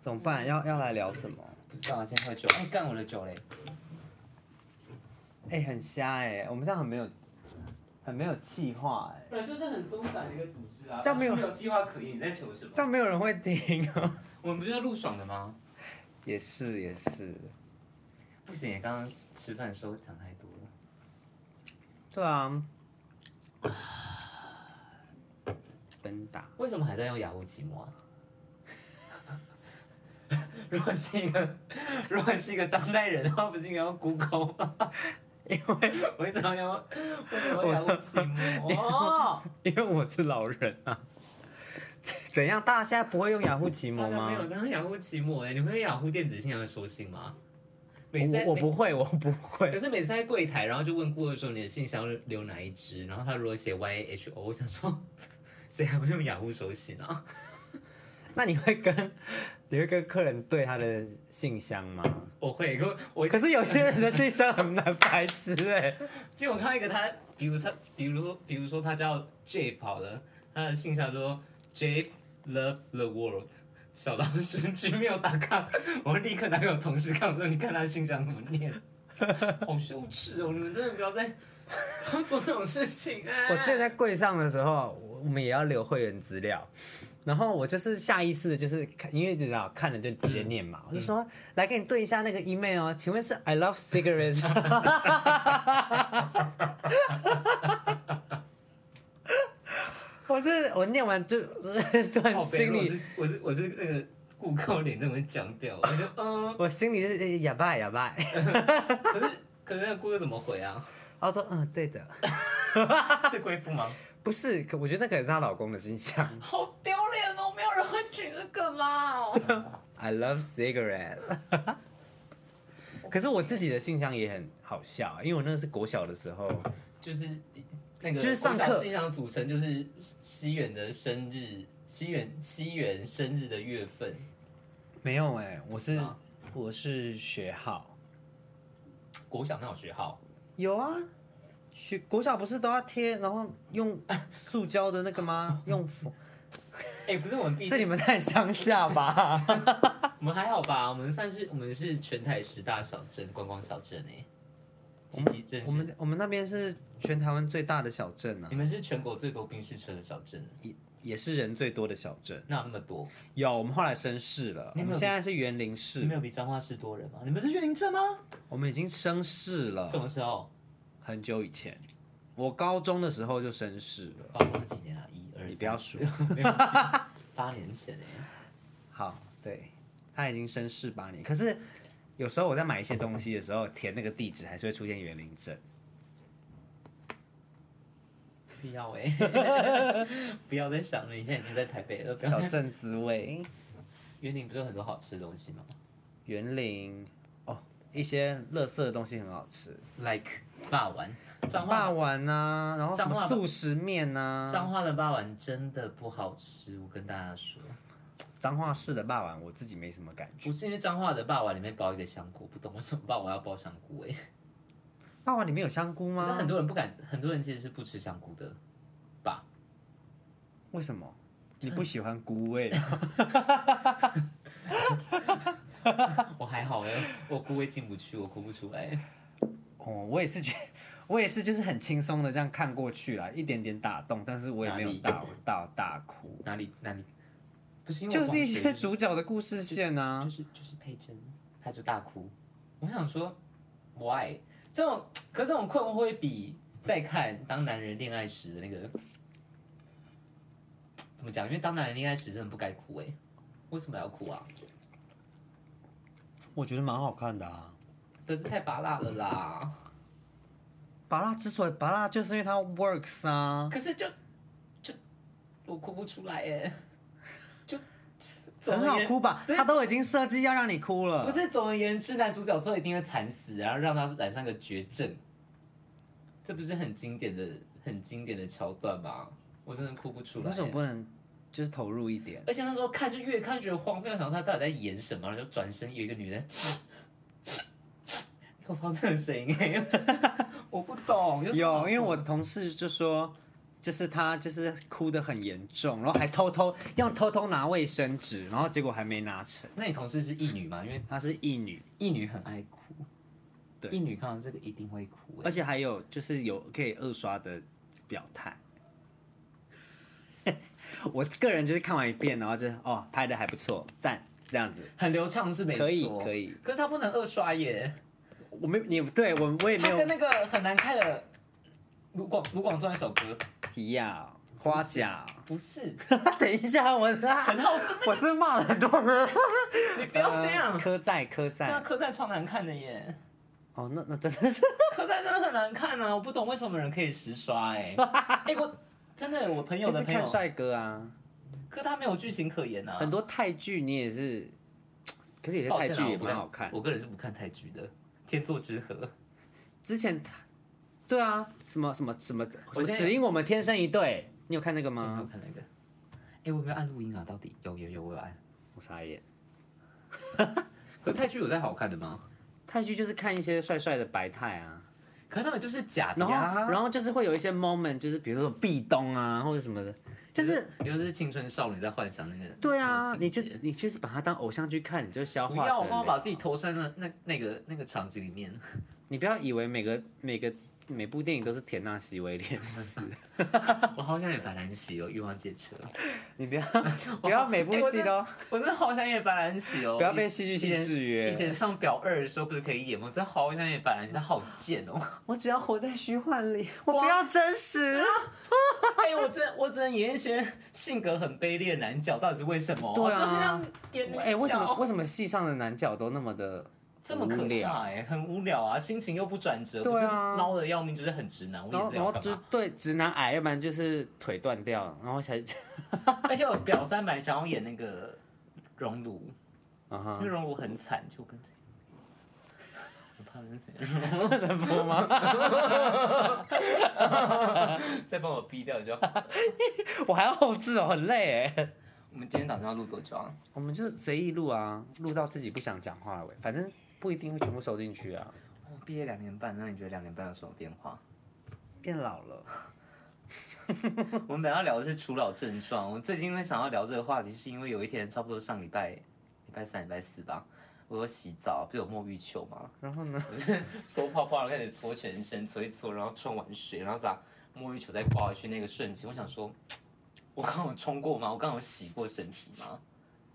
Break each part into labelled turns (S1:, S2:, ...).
S1: 怎么办？要要来聊什么？
S2: 不知道啊，先喝酒。哎、干我的酒嘞！
S1: 哎、很瞎哎、我们这样很没有，很没有气化哎、
S2: 本来就是很松散的一个组织啊，
S1: 这样没有
S2: 完全计划可言，你在求什么
S1: 这样没有人会听哦、
S2: 我们不是要录爽的吗？
S1: 也是也是，
S2: 不行，刚刚吃饭的时候讲太多了。
S1: 对啊。奔打，
S2: 为什么还在用雅虎奇摩啊？如果是一个，如果是一个当代人的话，不是应该用 Google 吗？因为我一直要用，为什么要雅虎奇摩？哦，
S1: 因为我是老人啊。 怎样？大家现在不会用雅虎奇摩
S2: 大家
S1: 吗
S2: 没？有，刚刚雅虎奇摩哎，你会用雅虎电子信箱的收信吗？每次在
S1: 我我不会，我不
S2: 可
S1: 会。
S2: 是每次在柜台，然后就问顾客说你的信箱留哪一支，然后他如果写 Y A H O，我想说谁还会用雅虎手写呢？
S1: 那你会跟你会跟客人对他的信箱吗？
S2: 我会，可我
S1: 可是有些人的信箱很难排斥哎、
S2: 结果我看到一个他，比如他，比如说，比如说他叫 Jeff 好了，他的信箱说 Jeff love the world。小老 鼠 gmail.com，我 立刻拿给我同事看，我说你看他信箱怎么念，好羞耻哦！你们真的不要再 不要做这种事情啊！
S1: 我之前在柜上的时候，我我们也要留会员资料，然后我就是下意识的就是看，因为你知道看了就直接念嘛，我就说来给你对一下那个 email 哦，请问是 I love cigarettes？我是我念完就 突然
S2: 靠北
S1: 心
S2: 如果
S1: 里
S2: 是我是我是那个顾客，我脸这么僵掉，我就嗯，
S1: 我心里是呃哑巴哑巴，
S2: 可是可是那个顾客怎么回啊？
S1: 然后说嗯对的，
S2: 是贵妇吗？
S1: 不是，可我觉得那可能是她老公的形象
S2: 好丢脸哦，没有人会取这个啦。哦
S1: I love cigarette 。 可是我自己的信箱也很好笑，啊因为我那个是国小的时候，
S2: 就是那个
S1: 就是上课
S2: 我小信箱组成就是西元的生日，西元西元生日的月份，
S1: 没有哎、我是、
S2: 啊
S1: 我是学号，
S2: 国小那种学号，
S1: 有啊，学国小不是都要贴，然后用塑胶的那个 吗？用缝
S2: 哎、不是我们毕
S1: 是
S2: 竟
S1: 你们在乡下吧？
S2: 我们还好吧？我们算是我们是全台十大小镇观光小镇哎、积极镇是
S1: 我们我们那边是全台湾最大的小镇啊
S2: 你，们是全国最多冰室车的小镇，
S1: 也是人最多的小镇。
S2: 哪有那么多？
S1: 有，我们后来升市了，我
S2: 你们有
S1: 们现在是园林市
S2: 你，们有比彰化市多人吗？你们是岳林镇吗？
S1: 我们已经升市了。
S2: 什么时候？
S1: 很久以前，我高中的时候就绅士了。
S2: 高中是几年啊？一二，
S1: 你
S2: 三
S1: 不要数，
S2: 没有记 八年前哎、
S1: 好，对，他已经绅士八年。可是有时候我在买一些东西的时候，填那个地址还是会出现园林 镇。
S2: 不要哎、 不要再想了，你现在已经在台北了，不要
S1: 小镇滋味，
S2: 园林不是有很多好吃的东西吗
S1: 园林哦，一些垃圾的东西很好吃，
S2: ？Like 霸丸，彰
S1: 霸
S2: 化
S1: 丸呐、然后什么
S2: 彰化
S1: 素食面啊呐、
S2: 彰化的霸丸真的不好吃，我跟大家说，
S1: 彰化市的霸丸我自己没什么感觉。
S2: 不是因为彰化的霸丸里面包一个香菇，不懂为什么霸丸要包香菇哎、
S1: 霸丸里面有香菇
S2: 可是
S1: 吗
S2: 很？多人不敢，很多人其实是不吃香菇的吧？
S1: 为什么？你不喜欢菇 味？
S2: 我还好哎、我菇味进不去，我哭不出来。
S1: 哦，我也是觉我也是就是很轻松的这样看过去啦，一点点打动，但是我也没有
S2: 哪
S1: 到到大哭，
S2: 哪里哪里？不是因为我
S1: 就是一
S2: 忘
S1: 些
S2: 记了
S1: 主角的故事线啊
S2: 就。是就是佩珍，她就大哭。我想说，why 这种？可是这种困惑会比在看《当男人恋爱时》的那个怎么讲？因为《当男人恋爱时》真的不该哭哎、为什么要哭啊？
S1: 我觉得蛮好看的啊。
S2: 可是太拔辣了啦！
S1: 巴拉之所以巴拉，就是因为它 works 啊。
S2: 可是就就我哭不出来哎、就
S1: 很好哭吧？
S2: 对
S1: 他都已经设计要让你哭了
S2: 不，是，总而言之，男主角最后一定会惨死，然后让他染上个绝症，这不是很经典的、很经典的桥段吗？我真的哭不出来
S1: 为。什么不能就是投入一点？
S2: 而且那时候看就越看觉得荒谬，想说他到底在演什么，然后就转身有一个女人， 我 发出这个声音、欸，我不懂。有什么好
S1: 有，因为我同事就说，就是他就是哭得很严重，然后还偷偷要偷偷拿卫生纸，然后结果还没拿成。
S2: 那你同事是异女吗？因为
S1: 她是义女，
S2: 异女很爱哭，
S1: 对
S2: 异女看到这个一定会哭、欸
S1: 而且还有就是有可以二刷的表态。 我个人就是看完一遍，然后就是哦，拍的还不错，赞这样子。
S2: 很流畅是没错，
S1: 可以可以
S2: 可是他不能二刷耶，
S1: 我没你对我我也没
S2: 他跟
S1: 有
S2: 那个很难看的卢广卢广仲那首歌
S1: 皮呀、花甲。
S2: 不是，
S1: 等一下，我
S2: 陈浩森，
S1: 我是不是骂了很多人，
S2: 你不要这样，
S1: 科在科
S2: 这样
S1: 在，
S2: 客栈超难看的耶。
S1: 哦，那那真的是
S2: 刻在真的很难看啊！我不懂为什么人可以实刷哎、 欸，哎、我真的我朋友
S1: 就是
S2: 的朋友
S1: 看，帅哥啊，
S2: 可他没有剧情可言啊。
S1: 很多泰剧你也是，可是有些
S2: 抱
S1: 泰
S2: 歉啊
S1: 剧也
S2: 我不
S1: 蛮好看。
S2: 我个人是不看泰剧的，《天作之合》
S1: 之前，对啊，什么什么什么，
S2: 我现在嗯
S1: 只因我们天生一对，你有看那个
S2: 我没有
S1: 吗？
S2: 看那个。哎、我没有按录音啊，到底有有有我有按。
S1: 我傻眼。
S2: 可泰剧有在好看的吗？
S1: 泰剧就是看一些帅帅的白泰啊，
S2: 可他们就是假的
S1: 然后
S2: 啊呀、
S1: 然后就是会有一些 moment，就是比如说壁咚啊或者什么的，就是
S2: 又是青春少女在幻想那个。
S1: 对
S2: 那
S1: 啊，
S2: 个
S1: 你就
S2: 情节
S1: 你就是把它当偶像剧看，你就消
S2: 不
S1: 化。
S2: 要，我怕我把自己投身了那那个那个场景里面。
S1: 你不要以为每个每个每部电影都是田纳西威 廉斯，
S2: 我好想演白兰喜哦，《欲望 街车》。
S1: 你不要不要每部戏都、
S2: 我真的好想演白兰喜哦。
S1: 不要被戏剧系制
S2: 以
S1: 约。
S2: 前上表二的时候不是可以演吗？我真的好想演白兰，他好贱 哦！
S1: 我只要活在虚幻里，我不要真实。
S2: 哎、我真的我只能演一些性格很卑劣的男角，到底是为什么？
S1: 对啊
S2: 我真的想演女角
S1: 哎、为什么为什么戏上的男角都那么的
S2: 这么可
S1: 无聊
S2: 怕、哎，很无聊啊，心情又不转折，
S1: 对啊
S2: 不是捞的要命，就是很直男。我
S1: 然
S2: 一
S1: 后
S2: 直
S1: 然
S2: 要
S1: 后
S2: 干
S1: 就
S2: 嘛？
S1: 对直男癌，要不然就是腿断掉，然后才
S2: 而且我表三蛮想要演那个熔炉，
S1: 啊
S2: 因
S1: 哈
S2: 为，熔炉很惨，就跟谁。我怕跟谁？啊
S1: 真的不吗？
S2: 再帮我逼掉就好。
S1: 我还要后置哦，很累哎。
S2: 我们今天打算要录多久啊？
S1: 我们就随意录啊，录到自己不想讲话了，反正不一定会全部收进去啊。
S2: 我毕业两年半，那你觉得两年半有什么变化？
S1: 变老了，
S2: 我们本来要聊的是初老症状，我最近会想要聊这个话题，是因为有一天差不多上礼拜礼拜三、礼拜四吧，我有洗澡，不是有沐浴球吗？
S1: 然后呢？
S2: 搓泡泡，然后开始搓全身，搓一搓，然后冲完水，然后把沐浴球再挂回去那个瞬间，我想说，我刚刚有冲过吗？我刚刚有洗过身体吗？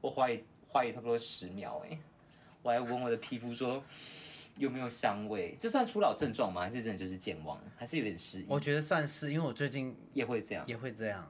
S2: 我怀疑怀疑差不多十秒哎、我还闻我的皮肤说有没有香味，这算初老症状吗？还是真的就是健忘？还是有点失忆？
S1: 我觉得算是，因为我最近
S2: 也会这样，
S1: 也会这样，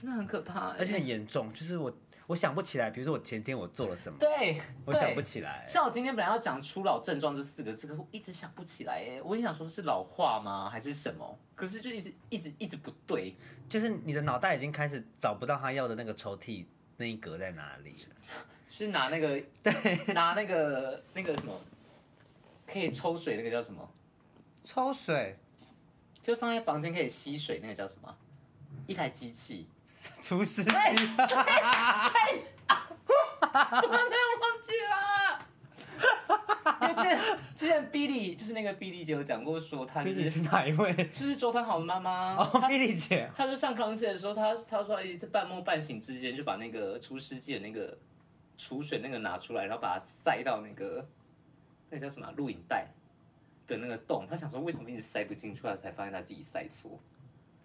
S2: 真的很可怕、欸
S1: 而且很严重，就是我我想不起来，比如说我前天我做了什么，
S2: 对，
S1: 我想
S2: 哎对
S1: 不起来。
S2: 像我今天本来要讲“初老症状”这四个字，可是我一直想不起来耶。我也想说是老化吗，还是什么？可是就一直一直一直不对。
S1: 就是你的脑袋已经开始找不到他要的那个抽屉那一格在哪里了。
S2: 是拿那个对，拿那个那个什么，可以抽水那个叫什么？
S1: 抽水
S2: 就放在房间可以吸水那个叫什么？一台机器。
S1: 除湿机，啊
S2: 哎我真的忘记了。因为之前之前 Billy 就是那个 Billy 姐有讲过说她
S1: 比你
S2: 就是
S1: 是哪一位？
S2: 就是周汤豪的妈妈，
S1: 哦，
S2: 她
S1: 比利姐，
S2: 他就上康熙的时候，他他说哎，在半梦半醒之间就把那个除湿机的那个储水那个拿出来，然后把它塞到那个那个叫什么啊录影带的那个洞。他想说为什么一直塞不进去，他才发现他自己塞错。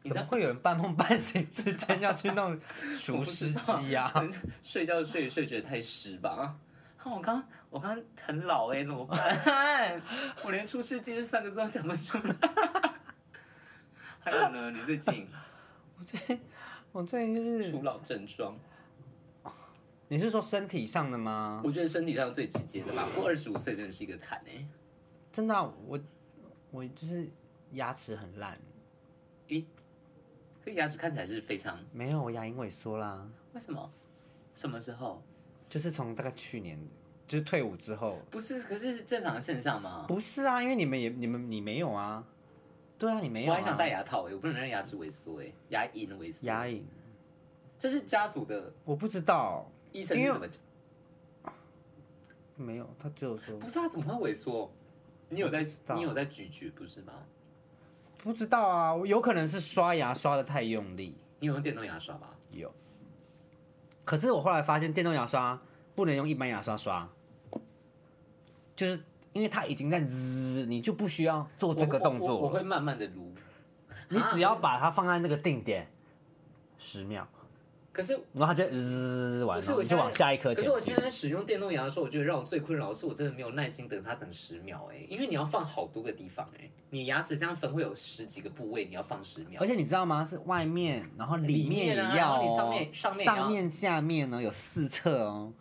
S2: 你
S1: 怎
S2: 知道
S1: 么会有人半梦半醒之间要去 弄除湿机啊？
S2: 可能是 睡觉睡一睡觉觉得太湿吧。啊我刚我刚很老哎、怎么办？ 我连除湿机这三个字都讲不出来。 还有呢，你最 近
S1: 我最近就是
S2: 初，老症状？
S1: 你是说身体上的吗？
S2: 我觉得身体上最直接的吧，不过二十五岁真的是一个坎哎、
S1: 真的啊、我我就是牙齿很烂，
S2: 可牙齿看起来是非常
S1: 没有，我牙龈萎缩啦，
S2: 为什么？什么时候？
S1: 就是从大概去年，就是退伍之后，
S2: 不是，可是是正常的现象吗？
S1: 不是啊，因为你们也你们你没有啊，对啊，你没有、
S2: 我
S1: 啊，
S2: 还想戴牙套哎、我不能让牙齿萎缩哎、牙龈萎缩。
S1: 牙龈，
S2: 这是家族的
S1: 我不知道，
S2: 医生
S1: 因为
S2: 是怎么讲？
S1: 没有，他只有说
S2: 不是啊，怎么会萎缩？你有在
S1: 道
S2: 你有在咀嚼不是吗？
S1: 不不知道啊，我有可能是刷牙刷的太用力。
S2: 你有用电动牙刷吧？
S1: 有。可是我后来发现，电动牙刷不能用一般牙刷刷，就是因为它已经在滋，你就不需要做这个动
S2: 我我我
S1: 作
S2: 我啊
S1: 了。
S2: 会慢慢的撸。
S1: 你只要把它放在那个定点十秒，
S2: 可是
S1: 然后它就滋完
S2: 不是
S1: 了，
S2: 我
S1: 你就
S2: 现在
S1: 往下一颗
S2: 可
S1: 前
S2: 是我
S1: 进
S2: 现。在使用电动牙刷，我觉得让我最困扰的是，我真的没有耐心等它等十秒哎、因为你要放好多个地方哎、你牙齿这样分会有十几个部位，你要放十秒
S1: 而。且你知道吗？是外面，然后里面也
S2: 里面啊
S1: 要、哦
S2: 然后你上面上面也要
S1: 上面下面呢有四侧哦。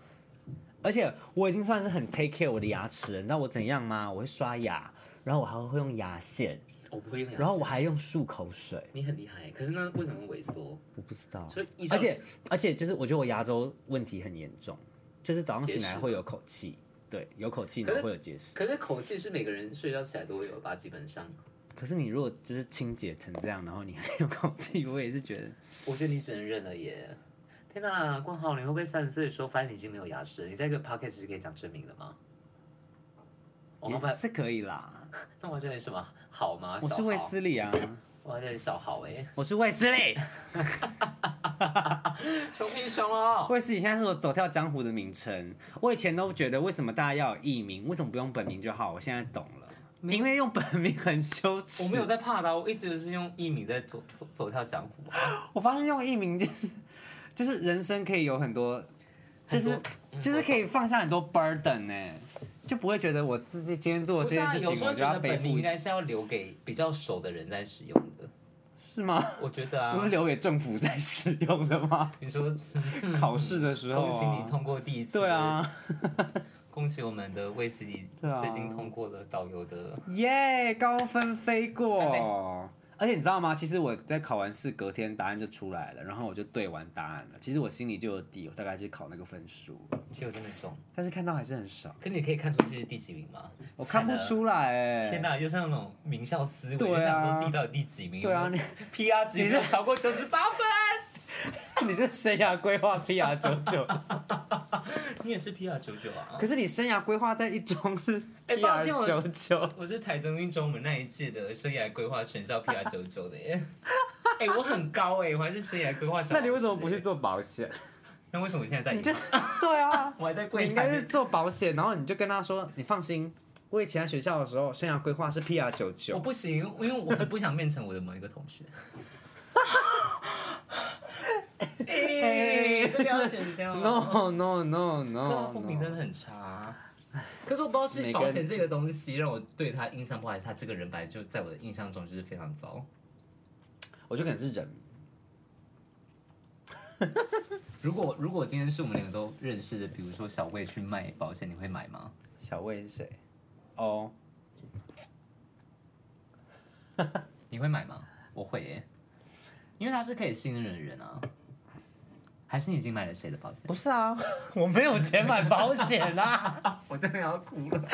S1: 而且我已经算是很 take care 我的牙齿了，你知道我怎样吗？我会刷牙，然后我还会用牙线，
S2: 我哦不会用牙。
S1: 然后我还用漱口水。
S2: 你很厉害、欸可是那为什么萎缩？
S1: 我不知道，
S2: 所以医生
S1: 而且而且就是我觉得我牙周问题很严重，就是早上
S2: 结
S1: 醒
S2: 石啊
S1: 来会有口气，对，有口气，
S2: 可是
S1: 然后会有结石。
S2: 可是口气是每个人睡觉起来都会有吧，基本上。
S1: 可是你如果就是清洁成这样，然后你还有口气， 我也是觉得
S2: 我觉得你只能认了耶。天哪，冠豪，你会不会三十岁的时候发现你已经没有牙齿了？你在一个 podcast 是可以讲真名的吗？我们
S1: 也是可以啦。
S2: 那我这里什么好吗？
S1: 我
S2: 小
S1: 是卫
S2: 豪，
S1: 斯理啊，
S2: 我这里小豪哎、
S1: 我是卫斯理。
S2: 熊平熊哦，
S1: 卫斯理现在是我走跳江湖的名称。我以前都觉得为什么大家要有艺名，为什么不用本名就好？我现在懂了，因为用本名很羞耻。
S2: 我没有，在怕他，我一直是用艺名在走走走跳江湖、啊。
S1: 我发现用艺名就是就是人生可以有很多， 就是
S2: 很多嗯
S1: 就是可以放下很多 burden 呢、就不会觉得我自己今天做
S2: 不
S1: 的这
S2: 是
S1: 件
S2: 啊，
S1: 事
S2: 有
S1: 情
S2: 时
S1: 我
S2: 候
S1: 就
S2: 觉
S1: 要
S2: 得
S1: 背
S2: 本名
S1: 负
S2: 应，该是要留给比较熟的人在使用的，
S1: 是吗？
S2: 我觉得 啊。
S1: 不是留给政府在使用的吗？
S2: 你说，
S1: 考试的时候、啊，
S2: 嗯恭喜你通过第一次。
S1: 对，啊，
S2: 恭喜我们的卫斯理
S1: 对啊
S2: 最近通过了导游的。
S1: 耶高分飞
S2: 干
S1: 过。而且你知道吗？其实我在考完试隔天答案就出来了，然后我就对完答案了。其实我心里就有底，我大概就考那个分数，
S2: 结果真的中，
S1: 但是看到还是很少，
S2: 可你可以看出这是第几名吗？
S1: 我看不
S2: 惨了。
S1: 出来、欸。
S2: 天哪，就是那种名校思维，
S1: 对啊
S2: 就想说自己到底第几名？
S1: 对啊，你
S2: ，PR 值有没有超过九十八分？
S1: 你这生涯规划 PR 九九，
S2: 你也是 PR 九九啊？
S1: 可是你生涯规划在一中是
S2: 哎抱
S1: PR
S2: 歉我
S1: 九
S2: 是
S1: 九，
S2: 我是台中一中我们那一届的生涯规划全校 PR 九九 的耶。哎、我很高哎、我还是生涯规划小老师
S1: 那
S2: 耶。
S1: 你为什么不去做保险？
S2: 那为什么我现在在
S1: 你
S2: 银
S1: 这
S2: 行？
S1: 对啊，
S2: 我还在
S1: 你
S2: 柜
S1: 应
S2: 台
S1: 该
S2: 那
S1: 是做保险，然后你就跟他说，你放心，我以前在学校的时候生涯规划是 PR 九
S2: 我
S1: 九，
S2: 不行，因为我不想变成我的某一个同学。哎，这个要剪掉。
S1: No no no
S2: 啊可他
S1: no，
S2: 风评真的很差啊。可是我不知道是
S1: 每个
S2: 保
S1: 人
S2: 险这个东西让我对他印象不好，还是他这个人本来就在我的印象中就是非常糟。
S1: 我觉得可能是人，
S2: 如果如果今天是我们两个都认识的，比如说小魏去卖保险，你会买吗？
S1: 小魏是谁？哦，
S2: 你会买吗？我会耶，因为他是可以信任的人啊。还是你已经买了谁的保险
S1: 不？是啊， 我没有钱买保险啊 啦，
S2: 我真的要哭了。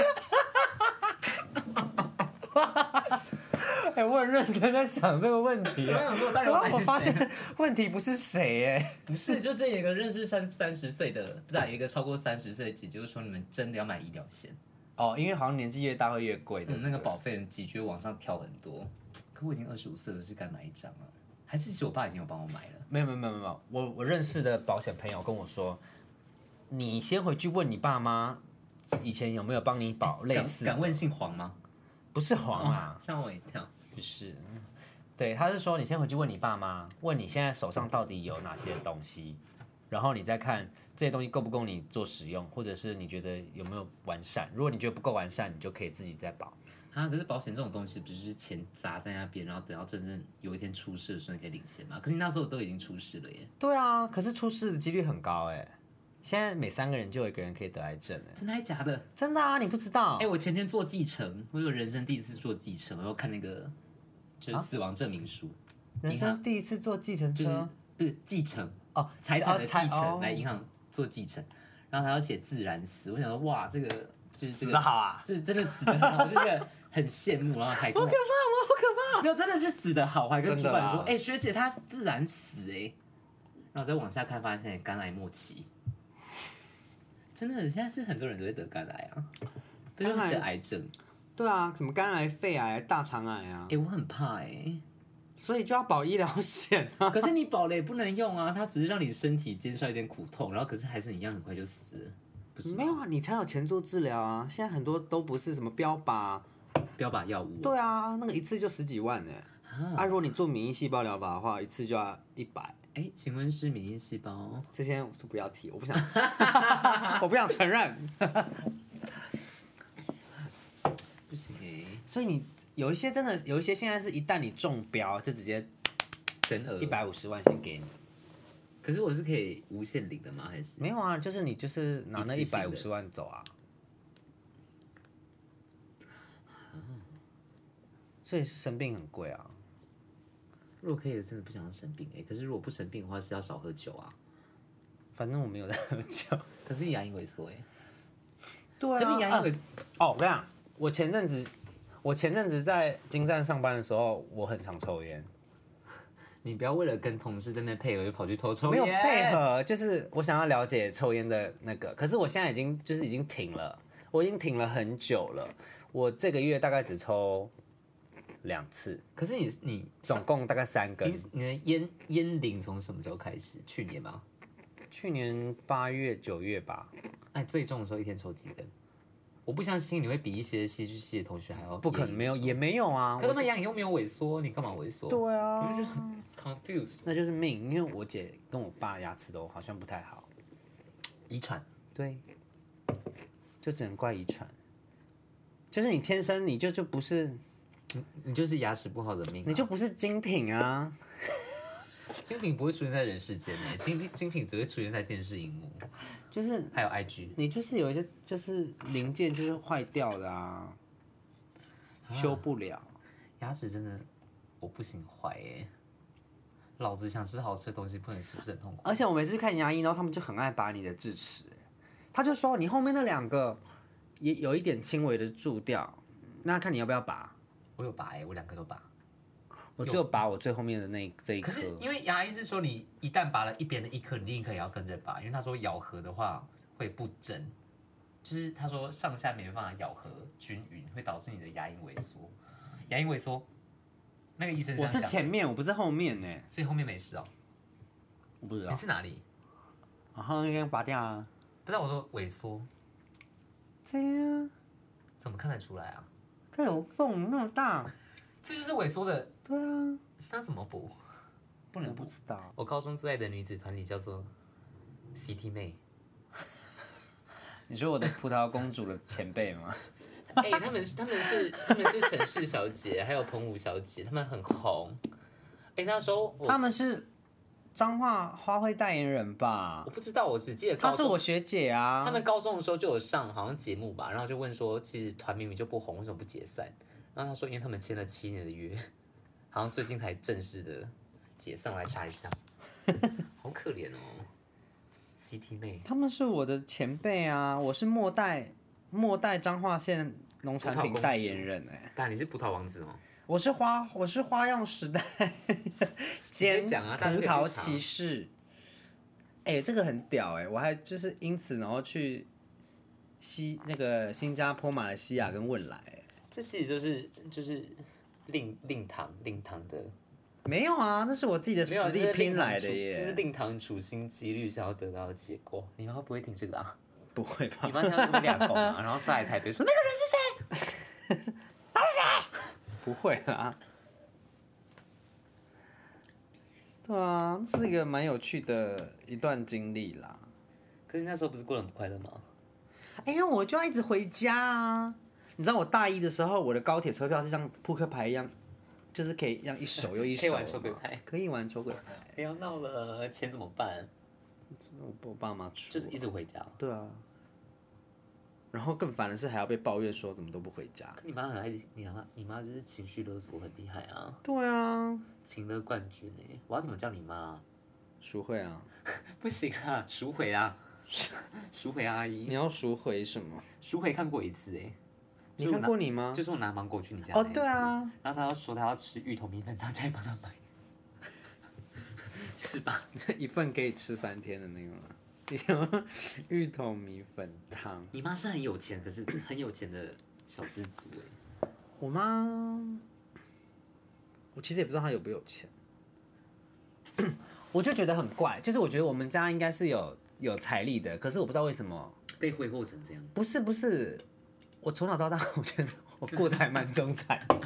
S1: 哎、我很认真在想这个问题啊
S2: 我。想说，当
S1: 然
S2: 然
S1: 后我发现问题不是谁哎、
S2: 不是，就这有一个认识三三十岁的，不是、啊、有一个超过三十岁的姐姐，就说你们真的要买医疗险，
S1: 哦，因为好像年纪越大会越贵的、
S2: 嗯，那个保费几居往上跳很多。可我已经二十五岁了，是该买一张了、啊还是其实我爸已经有帮我买了？
S1: 没有没有没有没有，我我认识的保险朋友跟我说，你先回去问你爸妈以前有没有帮你保类
S2: 敢
S1: 似的，
S2: 敢哦问姓黄吗？
S1: 不是黄 啊，
S2: 吓我一跳。
S1: 不是，对，他是说你先回去问你爸妈，问你现在手上到底有哪些东西，然后你再看这些东西够不够你做使用，或者是你觉得有没有完善，如果你觉得不够完善，你就可以自己再保。
S2: 啊！可是保险这种东西，不是就是钱砸在那边，然后等到真正有一天出事的时候，你可以领钱吗？可是你那时候都已经出事了耶，
S1: 对啊，可是出事的几率很高哎、现在每三个人就有一个人可以得癌症哎、
S2: 真的还假的？
S1: 真的啊，你不知道？
S2: 哎、我前天做继承，我有人生第一次做继承，我要看那个就是死亡证明书，
S1: 啊人
S2: 银
S1: 生第一次坐计程车，
S2: 就是不是继承
S1: 哦，
S2: 财产的
S1: 哦
S2: 继
S1: 财
S2: 承
S1: 哦
S2: 来银行做继承，然后他要写自然死，我想说哇，这个就是这
S1: 死得
S2: 个，
S1: 好啊！
S2: 这真的死的好，我就觉得很羡慕，然后还跟我好可怕，我好可怕，没有真的是死的好，我还跟主
S1: 真的
S2: 管
S1: 啦
S2: 说，哎、学姐她自然死哎、然后再往下看发现欸肝癌末期，真的现在是很多人都会得肝癌啊，不是
S1: 肝癌
S2: 得癌症，
S1: 对啊，什么肝癌、肺癌、大肠癌啊
S2: 哎、，我很怕哎、
S1: 所以就要保医疗险啊。
S2: 可是你保了也不能用啊，它只是让你身体减少一点苦痛，然后可是还是一样很快就死了，不是
S1: 没有啊，你才有钱做治疗啊！现在很多都不是什么标靶，
S2: 标靶药物
S1: 对啊，那个一次就十几万呢、
S2: 啊？
S1: 啊，如果你做免疫细胞疗法的话，一次就要一百。
S2: 哎、请问是免疫细胞？
S1: 这些我就不要提，我不想， 我不想承认。
S2: 不行哎、
S1: 所以你有一些真的，有一些现在是一旦你中标，就直接
S2: 全额
S1: 一。百五十万先给你。
S2: 可是我是可以无限领的吗？还是
S1: 没有啊，就是你就是拿那
S2: 一
S1: 一
S2: 次性
S1: 百
S2: 的
S1: 五十万走啊。所以生病很贵啊，
S2: 如果可以，真的不想要生病哎、可是如果不生病的话，是要少喝酒啊。
S1: 反正我没有在喝酒。
S2: 可是你牙龈萎缩哎、
S1: 对
S2: 可是你牙龈
S1: 啊
S2: 萎缩、
S1: 哦，我跟你讲，我前阵子，我前阵子在金站上班的时候，我很常抽烟，
S2: 你不要为了跟同事在那边配合，就跑去偷抽
S1: 没有
S2: 烟。
S1: 配合，就是我想要了解抽烟的那个，可是我现在已经就是已经停了，我已经停了很久了，我这个月大概只抽两次，
S2: 可是你你
S1: 总共大概三根
S2: 你。你的烟烟龄从什么时候开始？去年吗？
S1: 去年八月九月吧，
S2: 哎，最重的时候一天抽几根？我不相信你会比一些戏剧系的同学还要
S1: 不可能没有，
S2: 烟瘾
S1: 也没有啊
S2: 抽。可他
S1: 我
S2: 们牙龈又没有萎缩，你干嘛萎缩？
S1: 对
S2: 我
S1: 啊
S2: 就，觉得很 confused，
S1: 那就是命，因为我姐跟我爸牙齿都好像不太好，
S2: 遗传。
S1: 对，就只能怪遗传，就是你天生你就就不是
S2: 你就是牙齿不好的命啊、
S1: 你就不是精品啊。
S2: 精品不会出现在人世间的，精品精品只会出现在电视荧幕，
S1: 就是
S2: 还有 IG。
S1: 你就是有一些就是零件就是坏掉的啊，
S2: 啊
S1: 修不了。
S2: 牙齿真的我不行坏耶，老子想吃好吃的东西不能吃，不是很痛苦？
S1: 而且我每次去看牙医，然后他们就很爱拔你的智齿，他就说你后面那两个也有一点轻微的蛀掉，那看你要不要拔。
S2: 我有拔耶，我两个都拔。
S1: 我只有拔我最后面的那一这一
S2: 可
S1: 颗
S2: 是，因为牙医是说你一旦拔了一边的一颗，你另一颗也要跟着拔，因为他说咬合的话会不整，就是他说上下没办法咬合均匀，会导致你的牙龈萎缩。牙龈萎缩，那个医生
S1: 我是
S2: 这样
S1: 前
S2: 讲，
S1: 面，我不是后面呢、
S2: 所以后面没事哦。
S1: 我不知
S2: 你
S1: 道。
S2: 是哪里？
S1: 然后应该拔掉啊。
S2: 不是我说萎缩，
S1: 对呀、啊，
S2: 怎么看得出来啊？
S1: 它有缝那么大。
S2: 这就是萎缩的，
S1: 对啊，
S2: 那怎么补？不
S1: 我
S2: 能
S1: 不
S2: 补。
S1: 知道。
S2: 我高中最爱的女子团体叫做 CT 妹，
S1: 你说我的葡萄公主的前辈吗？
S2: 哎、他们是他们是他们是陈氏小姐，还有彭武小姐，他们很红。哎、那时候我
S1: 他们是彰化花卉代言人吧
S2: 我？不知道，我只记得
S1: 她
S2: 高
S1: 是
S2: 中
S1: 我学姐啊。
S2: 他们高中的时候就有上好像节目吧，然后就问说，其实团明明就不红，为什么不解散？然后他说，因为他们签了七年的约，好像最近才正式的解散。我来查 一下，好可怜哦，CT 妹。
S1: 他们是我的前辈啊，我是末代末代彰化县农产品代言人哎、
S2: 爸，你是葡萄王子哦，
S1: 我是花我是花样时 代兼
S2: 直接讲啊大家可
S1: 葡
S2: 以去查
S1: 萄骑士，哎、这个很屌哎、我还就是因此然后去西那个新加坡、马来西亚跟汶莱哎、
S2: 这其实就是就是令令堂令堂的
S1: 没有啊，那是我自己的
S2: 没有
S1: 实
S2: 啊
S1: 力
S2: 这是令
S1: 拼
S2: 堂
S1: 来的
S2: 处这是
S1: 耶，
S2: 令堂处心积虑想要得到的结果。你妈不会听这 个啊？
S1: 不会吧？
S2: 你妈听到这么两口嘛，然后上来台北说那个人是谁？
S1: 不会啊。对啊，这是一个蛮有趣的一段经历啦。
S2: 可是你那时候不是过得很不快乐吗？
S1: 哎、为我就要一直回家啊！你知道我大一的时候，我的高铁车票是像扑克牌一样，就是可以让一手又一手。
S2: 可以玩抽鬼牌，
S1: 可以玩抽鬼牌。
S2: 不要闹了，钱怎么办？
S1: 我我爸妈出。
S2: 就是一直回家。
S1: 对啊。然后更烦的是还要被抱怨说怎么都不回家。
S2: 可你妈很爱你妈，你妈就是情绪勒索很厉害啊，
S1: 对啊，
S2: 情勒冠军哎、我要怎么叫你妈啊？
S1: 赎回啊！
S2: 不行啊，赎回啊， 赎回阿姨
S1: 你。要赎回什么？
S2: 书培看过一次哎、
S1: 你看过你吗？
S2: 就是我拿芒果去你家
S1: 哦，
S2: 那一次
S1: 对，啊，
S2: 然后他要说他要吃芋头米粉，他再帮他买， 是吧？
S1: 一份可以吃三天的那个吗？有 芋头米粉汤，
S2: 你妈是很有钱，可是很有钱的小资族哎、
S1: 我妈，我其实也不知道她有不有钱， 我就觉得很怪，就是我觉得我们家应该是有有财力的，可是我不知道为什么，
S2: 被挥霍成这样，
S1: 不是不是，我从小到大 我觉得我过得还蛮中产的，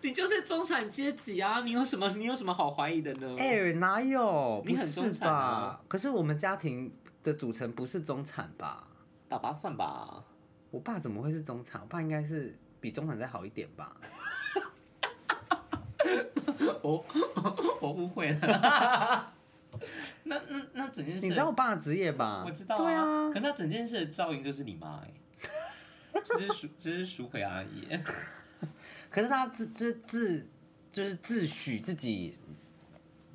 S2: 你就是中产阶级啊！你有什么你有什么好怀疑的呢？
S1: 哎、哪有？
S2: 你
S1: 不
S2: 很
S1: 是
S2: 中产
S1: 吧
S2: 啊？
S1: 可是我们家庭的组成不是中产吧？
S2: 爸爸算吧，
S1: 我爸怎么会是中产？我爸应该是比中产再好一点吧？
S2: 我 我误会了。 那那那整件事，
S1: 你知道我爸的职业吧？
S2: 我知道、
S1: 对啊
S2: 可，那整件事的照应就是你妈哎、只是赎，只是赎回欸而已。
S1: 可是他自自自就是自诩自己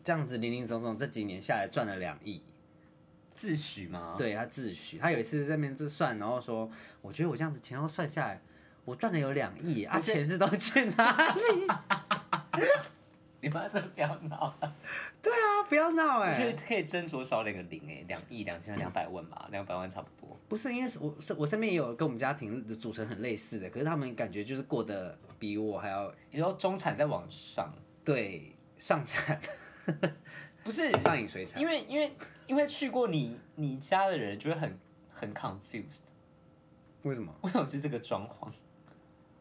S1: 这样子零零总总这几年下来赚了两亿，
S2: 自诩吗？，
S1: 对他自诩，他有一次在那边就算，然后说，我觉得我这样子前后算下来，我赚了有两亿啊，
S2: 我这
S1: 钱是都去哪 里？
S2: 你妈真的不要闹了。
S1: 对啊，不要闹
S2: 我
S1: 哎、
S2: 觉得可以斟酌少两个零哎、两亿两千两百万吧，两百万差不多。
S1: 不是，因为是我是我身边也有跟我们家庭的组成很类似的，可是他们感觉就是过得比我还要
S2: 你说中产再往上，
S1: 对上产
S2: 不是
S1: 上瘾水产，
S2: 因为因为因为去过你你家的人就会很很 confused，
S1: 为什么？
S2: 为什么是这个装潢？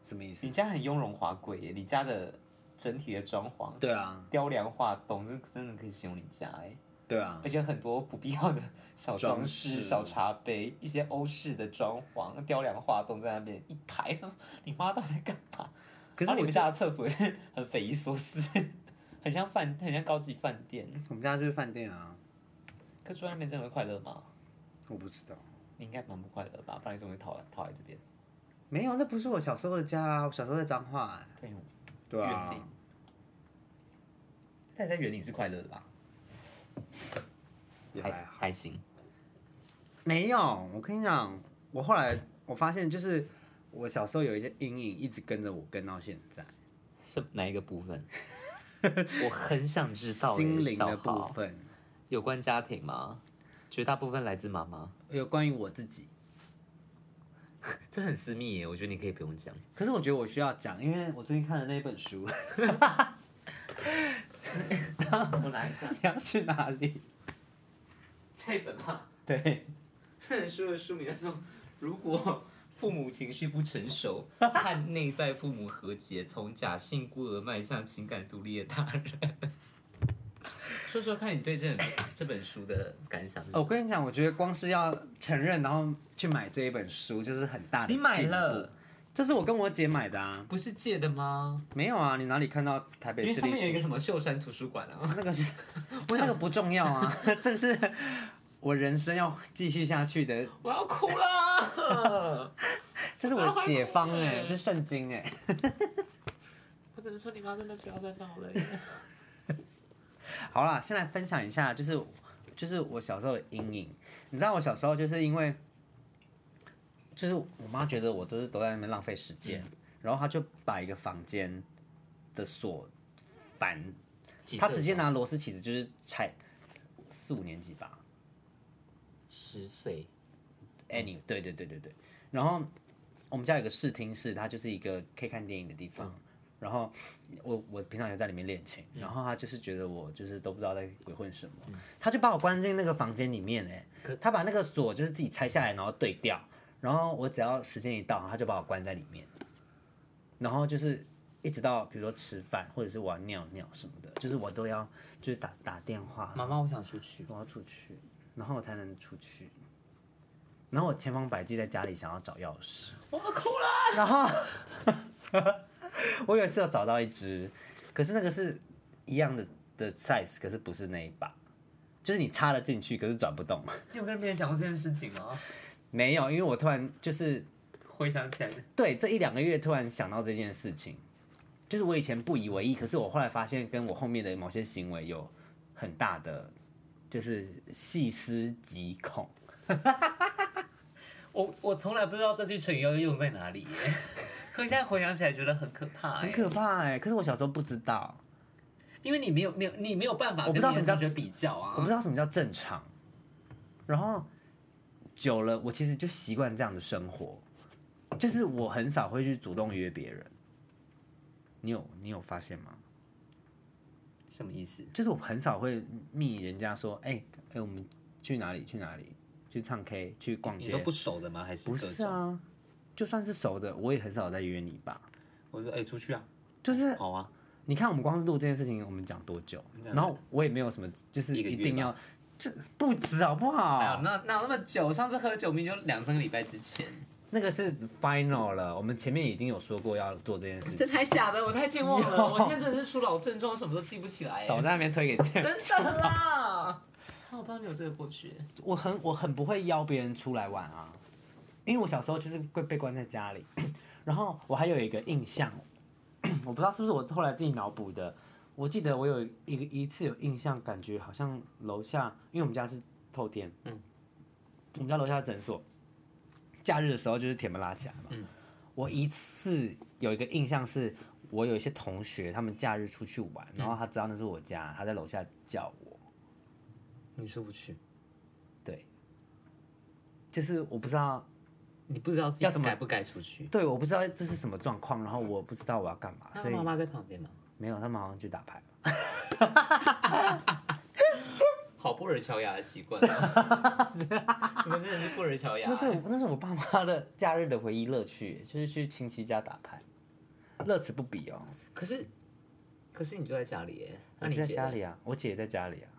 S1: 什么意思
S2: 你？家很雍容华贵耶，你家的整体的装潢
S1: 对啊，
S2: 雕梁画栋，这真的可以形容你家哎，
S1: 对啊
S2: 而，且很多不必要的小装
S1: 装饰
S2: 饰、小茶杯，一些欧式的装潢，雕梁画栋在那边一排，他说你妈到底在干嘛？
S1: 可是
S2: 然后
S1: 我
S2: 你们
S1: 家
S2: 家的厕所是很匪夷所思， 很像饭，很像高级饭店。
S1: 我们家就是饭店啊，
S2: 可住在那边真的会快乐吗？
S1: 我不知道，
S2: 你应该蛮不快乐吧，不然你怎么会逃来逃来这边？
S1: 没有，那不是我小时候的家啊，我小时候在彰化、欸，
S2: 对哦，
S1: 对
S2: 园林。但你在园林是快乐的吧？
S1: 也还好。
S2: 还行。
S1: 哎没有，我跟你讲，我后来我发现，就是我小时候有一些阴影，一直跟着我，跟到现在，
S2: 是哪一个部分？ 我很想知道耶
S1: 心灵的
S2: 小豪
S1: 部分，
S2: 有关家庭吗？绝大部分来自妈妈，
S1: 有关于我自己。
S2: 这很私密耶，我觉得你可以不用 讲。
S1: 可是我觉得我需要讲，因为我最近看了那本书。
S2: 我拿一下
S1: 你要去哪里？
S2: 这本吧，
S1: 对，
S2: 这本书的书名叫做《如果父母情绪不成熟， 和内在父母和解，从假性孤儿迈向情感独立的大人》。 说说看你对这本这本书的感想是什么
S1: 哦我跟你讲，我觉得光是要承认，然后去买这一本书，就是很大的
S2: 你买
S1: 进步
S2: 了，
S1: 这是我跟我姐买的啊，
S2: 不是借的吗？
S1: 没有啊，你哪里看到台北
S2: 因为
S1: 市
S2: 上面有一
S1: 立
S2: 个？什么秀山图书馆啊，
S1: 那个是，那个不重要啊， 这个是我人生要继续下去的，
S2: 我要哭了！
S1: 这是我的解方
S2: 我要
S1: 哎、
S2: 回国欸
S1: 这是圣经哎、
S2: 我只能说你妈真的不要再闹了耶。
S1: 好啦，先来分享一下，就是就是我小时候的阴影。你知道我小时候就是因为，就是我妈觉得我都是都在那边浪费时间，然后她就把一个房间的锁反，她直接拿螺丝起子就是拆。四五年级吧
S2: 十岁，
S1: ，any 对对对对对。然后我们家有个视听室，它就是一个可以看电影的地方。然后我我平常有在里面练琴，然后他就是觉得我就是都不知道在鬼混什么，他就把我关进那个房间里面哎、他把那个锁就是自己拆下来然后对掉，然后我只要时间一到，他就把我关在里面，然后就是一直到比如说吃饭或者是我要尿尿什么的，就是我都要就是打打电话，
S2: 妈妈，我想出去。
S1: 我要出去，然后我才能出去。然后我千方百计在家里想要找钥匙，
S2: 我要哭了。
S1: 然后我有一次有找到一只，可是那个是一样的的 size，可是不是那一把，就是你插了进去，可是转不动。
S2: 你有跟别人讲过这件事情吗？
S1: 没有，因为我突然就是
S2: 回想起来，
S1: 对这一两个月突然想到这件事情，就是我以前不以为意，可是我后来发现跟我后面的某些行为有很大的就是细思极恐。
S2: 我我从来不知道这句成语要用在哪里耶。 可现在回想起来，觉得很可怕
S1: 很
S2: 耶，
S1: 可怕哎、可是我小时候不知道，
S2: 因为你没有没有你没有办法
S1: 我
S2: 跟
S1: 不知道什么叫
S2: 别人同学比较啊。
S1: 我不知道什么叫正常。然后久了，我其实就习惯这样的生活，就是我很少会去主动约别人。你有你有发现吗？
S2: 什么意思？
S1: 就是我很少会密人家说，哎、哎、我们去哪里去哪里去唱 K 去逛
S2: 你说
S1: 街，
S2: 不熟的吗？还是
S1: 不
S2: 各
S1: 是
S2: 种？
S1: 啊，就算是熟的，我也很少在约你吧。
S2: 我说哎、出去啊，
S1: 就是
S2: 好啊，
S1: 你看我们光是录这件事情，我们讲多久，然后我也没有什么，就是
S2: 一个月
S1: 一定要，这不止好不
S2: 哎呀
S1: 好？
S2: 那那那么久，上次喝酒明明就两三个礼拜之前，
S1: 那个是 final 了，我们前面已经有说过要做这件 事
S2: 这
S1: 情，
S2: 才假的，我太健忘了，
S1: 有
S2: 我现在真的是初老症状，什么都记不起来，
S1: 少在那边推给健
S2: 真的啦。 那我不知道你有这个过去，
S1: 我很我很不会邀别人出来玩啊，因为我小时候就是会被关在家里， 然后我还有一个印象， 我不知道是不是我后来自己脑补的，我记得我有一个一次有印象，感觉好像楼下，因为我们家是透天，嗯，我们家楼下是诊所，假日的时候就是铁门拉起来嘛，嗯，我一次有一个印象是。我有一些同学，他们假日出去玩，然后他知道那是我家，他在楼下叫我，
S2: 你说不去，
S1: 就是我不知道
S2: 你不知道自己
S1: 要怎么
S2: 该不该出去。
S1: 对，我不知道这是什么状况，然后我不知道我要干嘛，
S2: 那
S1: 所以
S2: 妈妈在旁边吗？
S1: 没有，他们好像去打牌了。
S2: 好布尔乔亚的习惯、 你们真的是布尔乔亚、
S1: 那是我那是我爸妈的假日的唯一乐趣，就是去亲戚家打牌，乐此不彼哦。
S2: 可是，可是你就在家里耶，那
S1: 我
S2: 你
S1: 就在
S2: 姐
S1: 家
S2: 呢，
S1: 里啊，我姐也在家里啊，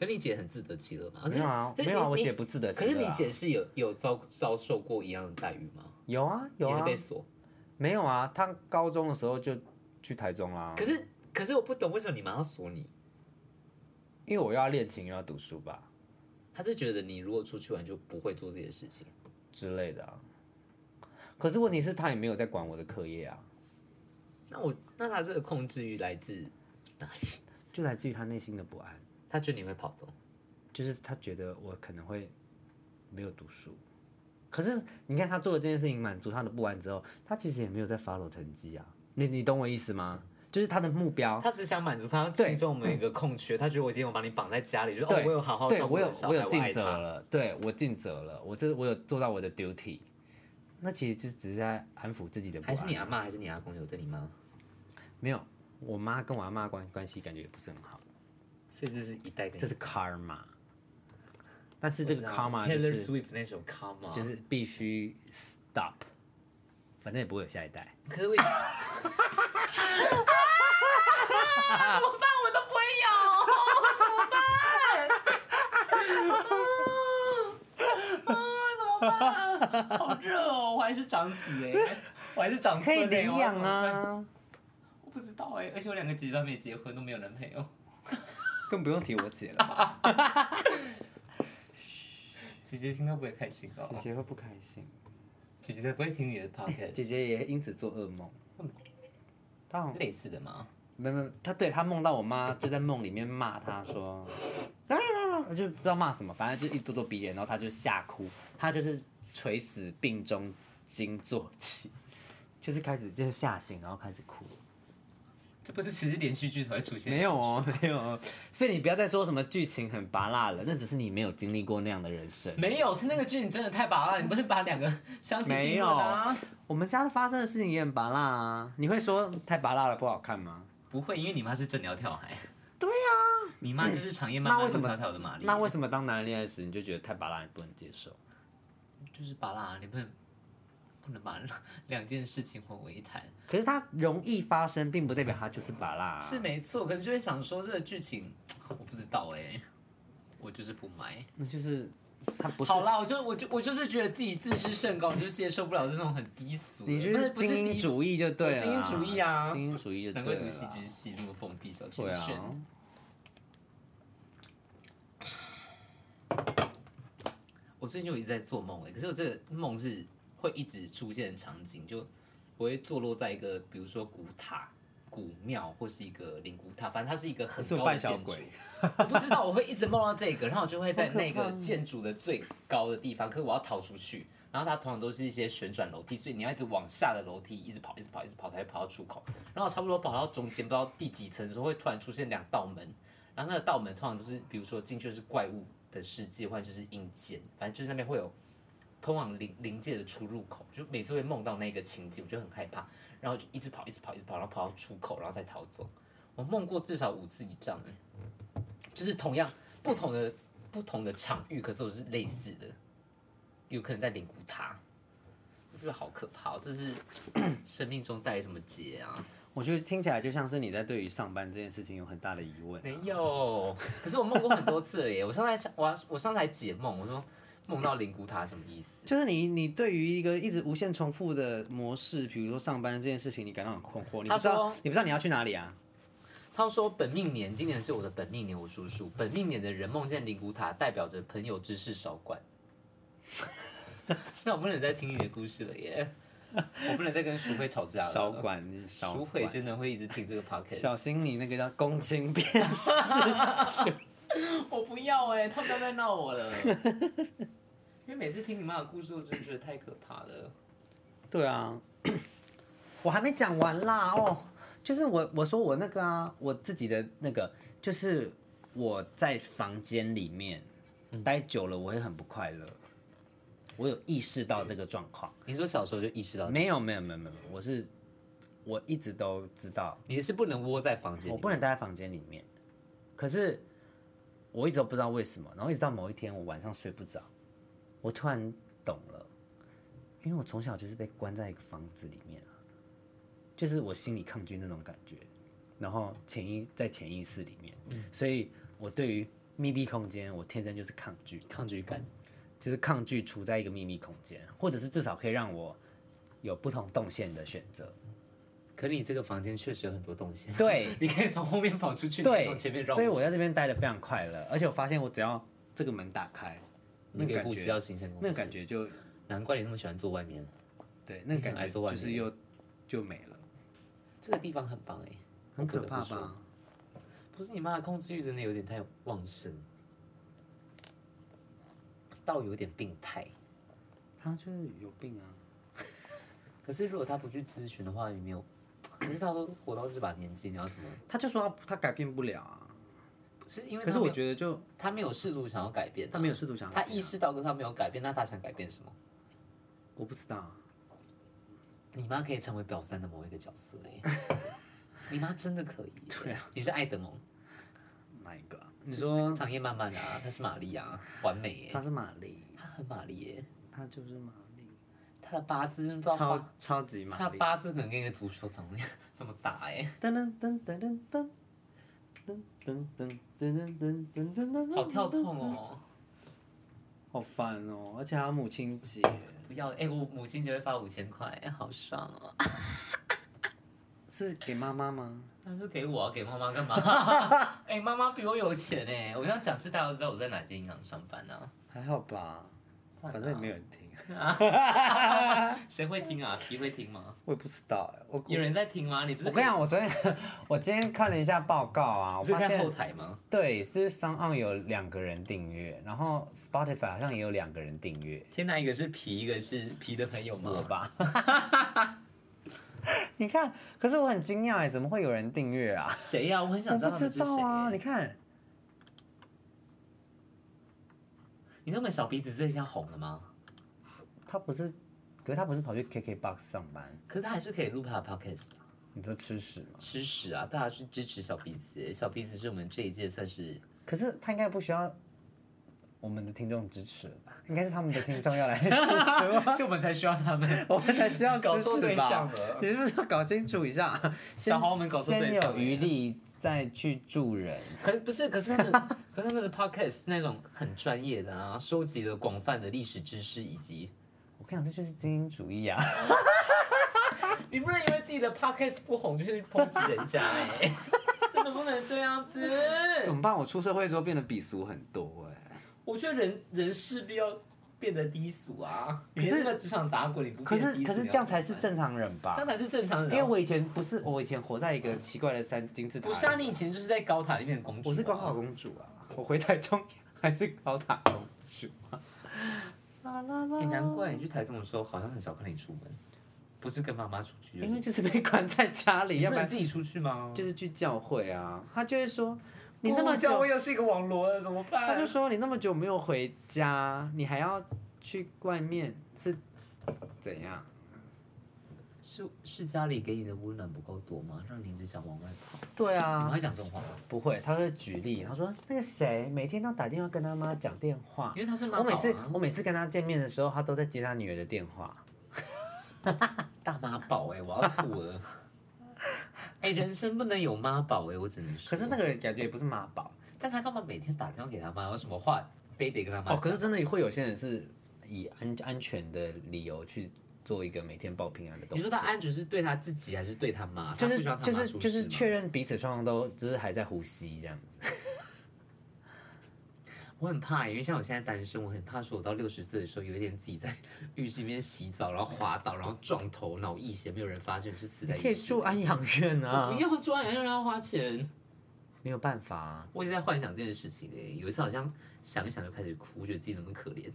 S2: 可你姐很自得其乐嘛？可
S1: 没
S2: 是
S1: 有啊，
S2: 可是
S1: 没有啊，
S2: 哦你
S1: 我
S2: 你
S1: 姐不自得其
S2: 可
S1: 乐、啊。
S2: 是你姐是有有遭遭受过一样的待遇吗？
S1: 有啊有
S2: 也是
S1: 啊
S2: 被，锁。
S1: 没有啊，她高中的时候就去台中啦、
S2: 可是可是我不懂为什么你妈要锁你，
S1: 因为我又要练琴又要读书吧
S2: 她是觉得你如果出去玩就不会做这些事情。
S1: 之类的啊。可是问题是，她也没有在管我的课业啊，
S2: 那我那她这个控制欲来自
S1: 就来自于她内心的不安。
S2: 她觉得你会跑走，
S1: 就是他觉得我可能会没有读书，可是你看他做了这件事情，满足他的不安之后，他其实也没有在 follow 成绩啊，你你懂我意思吗？就是他的目标，
S2: 她只想满足她
S1: 对
S2: 心中每一个空缺。她觉得我今天我把你绑在家里，就是哦
S1: 对，
S2: 我有好好
S1: 对
S2: 照顾
S1: 我有
S2: 的小
S1: 我
S2: 孩，
S1: 有
S2: 我
S1: 尽
S2: 爱
S1: 责
S2: 她。
S1: 了，对我尽责了，我这我有做到我的 duty，那其实就只是在安抚自己的不
S2: 还是你
S1: 安。
S2: 阿妈还是你阿公有对你妈？
S1: 没有，我妈跟我阿妈关关系感觉也不是很好，
S2: 所以这是一代跟
S1: 这是 karma，但是这个 karma 就
S2: Taylor
S1: 是
S2: Swift 那首 Karma，
S1: 就是必须 stop，反正也不会有下一代。
S2: 可是我以啊怎么办？我都不会有，怎么办？啊啊怎么办？好热哦！我还是长子哎，我还是 长
S1: 可以
S2: 孙哎
S1: 领养！啊，
S2: 我不知道哎，而且我两个姐姐都还没结婚，都没有男朋友。
S1: 更不用提我姐了吧，
S2: 姐姐听到不会开心哦
S1: 姐，姐会不开心，
S2: 姐姐才不会听你的 podcast。
S1: 姐姐也因此做噩梦。她好像
S2: 类似的吗？
S1: 没有没有，她对她梦到我妈就在梦里面骂她说， 啊啊啊就不知道骂什么，反正就一咄咄逼人，然后她就吓哭，她就是垂死病中惊坐起， 就是开始就是吓醒，然后开始哭。
S2: 这不是只是连续剧才会出现？
S1: 没有哦，没有哦，所以你不要再说什么剧情很拔辣了，那只是你没有经历过那样的人生。
S2: 没有，是那个剧你真的太拔了，你不是把两个相提并论啊？
S1: 我们家发生的事情也很拔辣啊，你会说太拔辣了不好看吗？
S2: 不会，因为你妈是正聊跳海。对呀、你妈就是长夜漫
S1: 啊那
S2: 漫
S1: 为什
S2: 路
S1: 么
S2: 迢迢的玛丽，
S1: 那为什么当男人恋爱时你就觉得太拔辣，你不能接受？
S2: 就是拔啦？你不能不能把两件事情混为一谈，
S1: 可是它容易发生，并不代表它就是拔辣、啊。
S2: 是没错。可是就会想说这个剧情，我不知道哎、我就是不买。
S1: 那就是它不是。
S2: 好啦，我就我就我就是觉得自己自视甚高，我就接受不了这种很低俗的，
S1: 你就
S2: 不
S1: 是
S2: 不是
S1: 精英
S2: 低俗
S1: 主义就对了啦。
S2: 精英主义啊
S1: 精英主义就
S2: 难
S1: 对
S2: 怪
S1: 了
S2: 读戏
S1: 啦。
S2: 剧系这么封闭小
S1: 对
S2: 圈圈。
S1: 啊。
S2: 我最近就一直在做梦哎，可是我这个梦是会一直出现的场景，就我会坐落在一个比如说古塔、古庙或是一个灵骨塔，反正它是一个很
S1: 是不是
S2: 高的
S1: 扮小
S2: 建筑
S1: 鬼。
S2: 我 不知道我会一直梦到这个，然后我就会在那个建筑的最高的地方，可是我要逃出去。然后它通常都是一些旋转楼梯，所以你要一直往下的楼梯一直跑，一直跑，一直跑，才会跑到出口。然后差不多跑到中间，不知道第几层的时候，会突然出现两道门。然后那个道门通常就是，比如说进去是怪物的世界，或者就是阴间，反正就是那边会有通往临临界的出入口，就每次会梦到那个情景，我就很害怕，然后就一直跑，一直跑，一直跑，然后跑到出口，然后再逃走。我梦过至少五次以上，欸就是同样不同的不同的场域，可是我是类似的，有可能在灵骨塔，我觉得好可怕、哦，这是 生命中带来什么结啊？
S1: 我觉得听起来就像是你在对于上班这件事情有很大的疑问。
S2: 没有，可是我梦过很多次了耶。我上次还我还我上次还解梦，我说梦到灵骨塔什么意思？
S1: 就是你，你对于一个一直无限重复的模式，比如说上班这件事情，你感到很困惑，你不知
S2: 他
S1: 道
S2: 说，
S1: 你不知道你要去哪里啊？
S2: 他说本命年，今年是我的本命年，我叔叔本命年的人梦见灵骨塔，代表着朋友之事少管。 那我不能再听你的故事了耶，我不能再跟淑慧吵架了。
S1: 少管，你少
S2: 淑慧
S1: 管，
S2: 真的会一直听 这个 podcast，
S1: 小心你那个叫公斤变形。
S2: 我不要哎、他们要再闹我了。 因为每次听你妈的故事，我真的觉得太可怕了。
S1: 对啊， 我还没讲完啦哦，就是我我说我那个啊，我自己的那个，就是我在房间里面待久了，我会很不快乐。我有意识到这个状况，
S2: 你说小时候就意识到
S1: 没有没有没有没有，我是我一直都知道，
S2: 你是不能窝在房间里
S1: 我
S2: 面，
S1: 不能待在房间里面，可是我一直都不知道为什么，然后一直到某一天我晚上睡不着，我突然懂了，因为我从小就是被关在一个房子里面啊，就是我心里抗拒那种感觉，然后潜意在潜意识里面，所以我对于密闭空间，我天生就是抗拒，
S2: 抗拒感。
S1: 就是抗拒处在一个秘密空间，或者是至少可以让我有不同动线的选择。
S2: 可你这个房间确实有很多东西，
S1: 对，
S2: 你可以从后面跑出去，你可以
S1: 对
S2: 从前面，绕过
S1: 所
S2: 去。
S1: 以我在这边待的非常快乐，而且我发现我只要这个门打开，那个
S2: 你给
S1: 感
S2: 呼吸
S1: 觉，
S2: 到新鲜空气，
S1: 那个感觉就
S2: 难怪你那么喜欢坐外面。
S1: 对，那个感
S2: 很爱
S1: 觉
S2: 做外
S1: 就
S2: 面
S1: 是又就没了，
S2: 这个地方很棒哎、
S1: 很可
S2: 不得
S1: 怕
S2: 不说
S1: 吧？
S2: 不是你妈的控制欲真的有点太旺盛，到有点病态。
S1: 他就是有病啊，
S2: 可是如果她不去咨询的话，也没有。可是她都活到这把年纪，你要怎么？
S1: 他就说他他改变不了啊，
S2: 是因为
S1: 可是
S2: 她没
S1: 我
S2: 有
S1: 觉得就
S2: 她没有试图想要改变啊、
S1: 他没有试图想要改
S2: 她
S1: 变啊，
S2: 意识到跟她没有改变，那她想改变什么？
S1: 我不知道啊，
S2: 你妈可以成为表三的某一个角色哎、你妈真的可以、对啊，你是爱德蒙，
S1: 哪一个啊？你说
S2: 长夜漫漫啊，她是玛丽啊，完美耶、
S1: 他是玛丽，
S2: 她很玛丽耶、
S1: 他就是玛丽，
S2: 她的八字不知道
S1: 超
S2: 八，
S1: 超级玛
S2: 她
S1: 丽
S2: 的，八字可能跟一个足球场那样 这么大哎、
S1: 噔噔噔噔噔噔噔噔噔噔噔噔噔噔，
S2: 好跳痛， 哦！
S1: 好烦哦，而且还有母亲节。
S2: 不要哎、我母亲节会发五千块，哎好爽哦！
S1: 是给妈妈吗？
S2: 但是给我、啊、给妈妈 干嘛？哎、妈妈比我有钱哎、我这样讲是大家都知道我在哪间银行上班啊。
S1: 还好吧，
S2: 算
S1: 反
S2: 了啊
S1: 正也没有人听，
S2: 谁会听啊？皮会听吗？
S1: 我也不知道哎、我
S2: 有人在听吗？你不是
S1: 我跟你讲，我昨天 我今天看了一下报告啊，我
S2: 可以
S1: 发
S2: 看
S1: 现
S2: 后台吗？
S1: 对，是 s o n on 有两个人订阅，然后 Spotify 好像也有两个人订阅，
S2: 天哪，一个是皮，一个是皮的朋友
S1: 我
S2: 吗？
S1: 吧。 你看，可是我很惊讶哎，怎么会有人订阅啊？
S2: 谁呀、我很想知
S1: 我
S2: 道他
S1: 不
S2: 们
S1: 知
S2: 是谁、哎欸
S1: 道啊，你看，
S2: 你那么小鼻子这下红了吗？
S1: 他不是，可是他不是跑去 KKBox 上班，
S2: 可是他还是可以录他的 podcast 啊
S1: 你说吃屎吗？
S2: 吃屎啊！大家去支持小鼻子，欸小鼻子是我们这一届算 是
S1: 可是他应该不需要我们的听众支持吧？应该是他们的听众要来支持 我，
S2: 是我们才需要他们
S1: 我们才需要
S2: 搞
S1: 支
S2: 错
S1: 持
S2: 对象
S1: 吧？
S2: 了。
S1: 你是不是要搞清楚一下？先
S2: 小黄我们搞错对
S1: 先
S2: 象
S1: 有
S2: 了
S1: 余力再去助人。
S2: 可是不是，可是他们，可是他们的 podcast 那种很专业的啊，收集了广泛的历史知识以及。
S1: 我跟你讲，这就是精英主义啊！
S2: 你不能因为自己的 podcast 不红就去抨击人家哎、真的不能这样子。
S1: 怎么办？我出社会之后变得鄙俗很多哎、
S2: 我觉得人人势必要变得低俗啊！
S1: 可是
S2: 你在这个职场打滚，你不
S1: 可
S2: 变得
S1: 是
S2: 低俗
S1: 可是这样才是，正常人
S2: 你要
S1: 吧
S2: 怎么办这？样才是正常人啊。
S1: 因为我以前不是，我以前活在一个奇怪的三金字塔里。
S2: 不是啊，你以前就是在高塔里面的公主、
S1: 我是高塔。公主啊！我回台中还是高塔公主啊！啦啦啦
S2: 哎、难怪你去台中的时候好像很少看你出门，不是跟妈妈出去、就是，
S1: 因为就是被关在家里，
S2: 你
S1: 要
S2: 不
S1: 不
S2: 能
S1: 然
S2: 自己出去吗？
S1: 就是去教会啊。他就会说你
S2: 你
S1: 那
S2: 那
S1: 么
S2: 么
S1: 久
S2: 久，我，又是一个网罗了，怎么办？
S1: 他就说你那么久没有回家，你还要
S3: 去外面是怎样？
S2: 是是家里给你的温暖不够多吗？让你一直想往外跑？
S1: 对
S2: 你
S1: 啊
S2: 们，会讲这种话吗？
S1: 不会，他会举例，他说那个谁每天都打电话跟他妈讲电话，
S2: 因为他是妈
S1: 我
S2: 宝、啊，
S1: 每次我每次跟他见面的时候，他都在接他女儿的电话。
S2: 大妈宝哎、我要吐 了。哎、人生不能有妈宝哎、我只能说。
S1: 可是那个人感觉也不是妈宝
S2: 但他干嘛每天打电话给他妈？有什么话非得跟他妈
S1: 哦
S2: 讲？，
S1: 可是真的会有些人是以安安全的理由去做一个每天报平安的动
S2: 你
S1: 作
S2: 说。他安全是对他自己还是对他妈？
S1: 就
S2: 他不
S1: 是
S2: 希望他
S1: 就
S2: 妈
S1: 是
S2: 出
S1: 就是
S2: 事吗
S1: 确认彼此双方都就是还在呼吸这样子，
S2: 我很怕、因为像我现在单身，我很怕说我到六十岁的时候，有一天自己在浴室里面洗澡，然后滑倒，然后撞头，脑溢血，没有人发现，就死在浴室。
S1: 可以住安养院
S2: 我
S1: 啊
S2: 不，要抓，要让他花钱。
S1: 没有办法、啊。
S2: 我一直在幻想这件事情哎、有一次好像想一想就开始哭，觉得自己怎么那么可怜，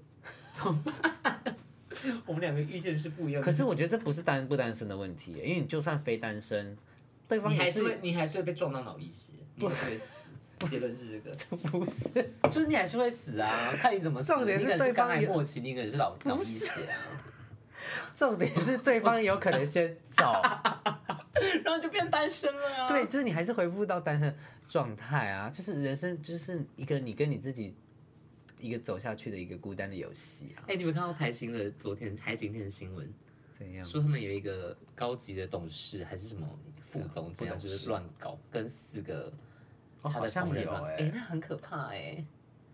S2: 怎么办？我们两个遇见是不一样的。
S1: 可是我觉得这不是单不单身的问题，因为你就算非单身，对方
S2: 你
S1: 也
S2: 还是
S1: 是
S2: 会，你还是会被撞到脑溢血，你还是会死。结论是这 个，
S1: 不是？
S2: 就是你还是会死啊，看你怎么死。
S1: 重点是
S2: 你可能
S1: 对
S2: 是
S1: 方
S2: 肝癌
S1: 也
S2: 末期，你可能是脑脑溢血 啊，
S1: 重点是对方有可能先走，
S2: 然后你就变单身了 啊。
S1: 对，就是你还是回复到单身状态啊，就是人生就是一个你跟你自己一个走下去的一个孤单的游戏啊，
S2: 哎、你们看到台新的昨天还今天的新闻，
S1: 怎样？
S2: 说他们有一个高级的董事还是什么副总，这样
S1: 不懂
S2: 就
S1: 啊事
S2: 是乱搞，跟四个
S1: 哦
S2: 他
S1: 好
S2: 的
S1: 像
S2: 同仁
S1: 有
S2: 乱搞
S1: 欸
S2: 哎、那很可怕哎、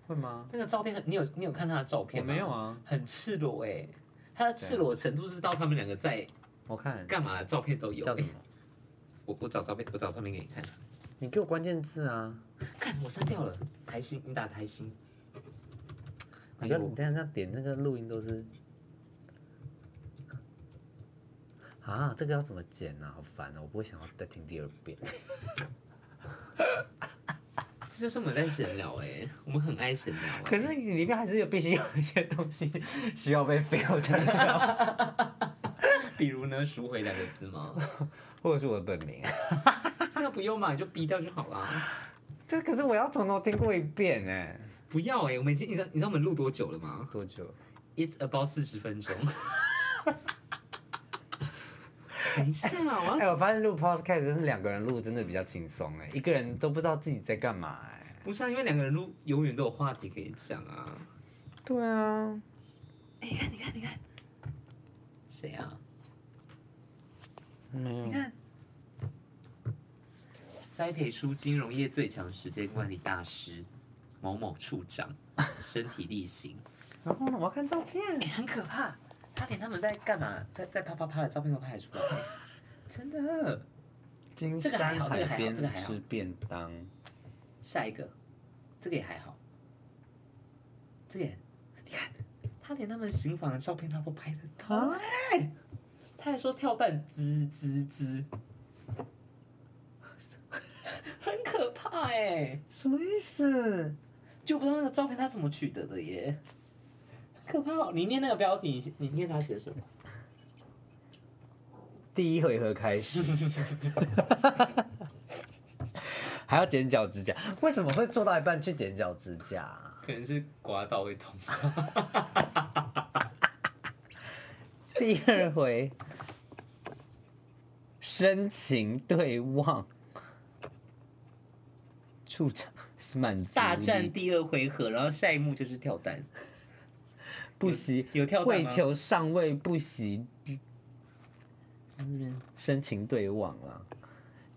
S1: 会吗？
S2: 那个照片很，你有你有看他的照
S1: 我
S2: 片吗？
S1: 没有，啊，
S2: 很赤裸哎、他的赤裸程度是到他们两个在
S1: 我看
S2: 干嘛的照片都有、
S1: 叫什
S2: 欸
S1: 么。？
S2: 我我找照片，我找照片给你看。
S1: 你给我关键字啊！
S2: 看我删掉了，台新，你打台新。哎
S1: 你不要
S2: 呦，
S1: 你等一下点那个录音都是啊，这个要怎么剪啊？好烦啊！我不会想要再听第二遍。
S2: 这就是我们在闲聊哎、我们很爱闲聊、欸。
S1: 可是你里面还是有必须有一些东西需要被 filter 掉，
S2: 比如呢，赎回两个字吗？
S1: 或者是我的本名。
S2: 那不用嘛，你就逼掉就好啦。
S1: 这可是我要从头听过一遍哎、
S2: 不要哎、我们已经你知道你知道我们录多久了吗
S1: 多久？
S2: ？It's about 四十分钟。 等一下，我
S1: 哎、
S2: 要
S1: 我发现录 podcast 真是两个人录真的比较轻松哎，一个人都不知道自己在干嘛哎、
S2: 不是啊，因为两个人录永远都有话题可以讲啊。
S1: 对啊，
S2: 谁啊？
S1: 没有
S2: 你看，栽培出金融业最强时间管理大师某某处长，身体力行，
S1: 然后呢？我要看照片。
S2: 哎、很可怕。他连他们在干嘛，在在啪啪啪的照片都拍得出来， 真的。
S1: 金
S2: 这个还
S1: 山
S2: 好这个还
S1: 海
S2: 好
S1: 边
S2: 这个还好
S1: 吃便当，
S2: 下一个，这个也还好，这个也，你看，他连他们刑房的照片他都拍得到，哎他还说跳蛋滋滋滋， 很可怕哎、
S1: 什么意思？
S2: 就不知道那个照片他怎么取得的耶，很可怕、哦。你念那个标题，你你念他写什么？
S1: 第一回合开始，还要剪脚指甲，为什么会做到一半去剪脚指甲啊？
S2: 可能是刮到会痛。
S1: 第二回，深情对望，处长是满足
S2: 大
S1: 力
S2: 战第二回合，然后下一幕就是跳蛋，
S1: 不惜
S2: 有跳蛋
S1: 为
S2: 吗
S1: 求上位不惜深情对望啊，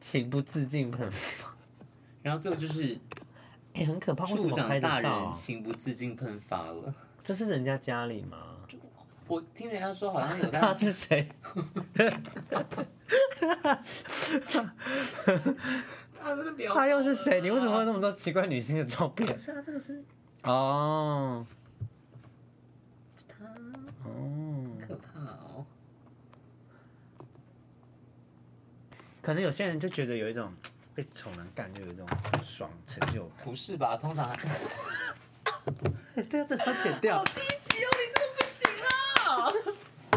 S1: 情不自禁很
S2: 然后最后就是
S1: 哎、很可怕，为什
S2: 处
S1: 么
S2: 长
S1: 拍得
S2: 大
S1: 到
S2: 人
S1: 啊？
S2: 情不自禁喷发了。
S1: 这是人家家里吗？
S2: 我听人家说 好像有在
S1: 他是谁？
S2: 他那个表啊
S1: 他又是谁？你为什么会有那么多奇怪女性的照片？
S2: 是啊，这个是
S1: 哦
S2: 是他，
S1: 哦，
S2: 可怕哦。
S1: 可能有些人就觉得有一种被丑男干，就有一种很爽成就感。
S2: 不是吧？通常还
S1: 哎这个真的要剪掉，
S2: 低级哦，你这个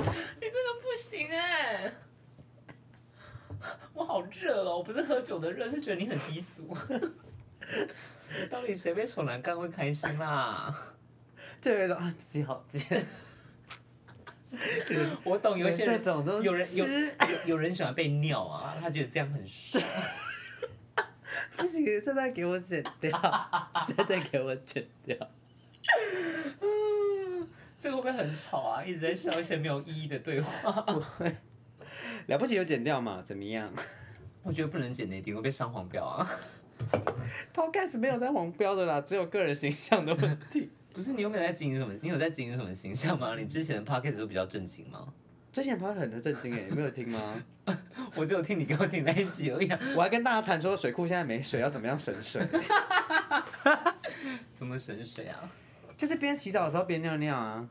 S2: 不行啊！你这个不行哎、我好热哦，我不是喝酒的热，是觉得你很低俗。到底谁被丑男干会开心啦、
S1: 就有一种啊自己好 贱，
S2: 我懂有些
S1: 这
S2: 人
S1: 种都
S2: 有人有
S1: 是
S2: 有有人喜欢被尿啊，他觉得这样很爽。
S1: 不行，这段给我剪掉， 这段给我剪掉。
S2: 这个会不会很吵啊？一直在笑一些没有意义的对话。
S1: 了不起就剪掉嘛，怎么样
S2: 我觉得不能剪那一点，会被上黄标啊。
S1: ？Podcast 没有在黄标的啦，只有个人形象的问题。
S2: 不是你有没有在经营什么？你有在经营什么形象吗？你之前的 podcast 都比较正经吗？
S1: 之前他很多震惊哎，你没有听吗？
S2: 我只有听你给我听那一集而已、啊。
S1: 我还跟大家谈说水库现在没水，要怎么样省水？
S2: 怎么省水啊？
S1: 就是边洗澡的时候边尿尿啊。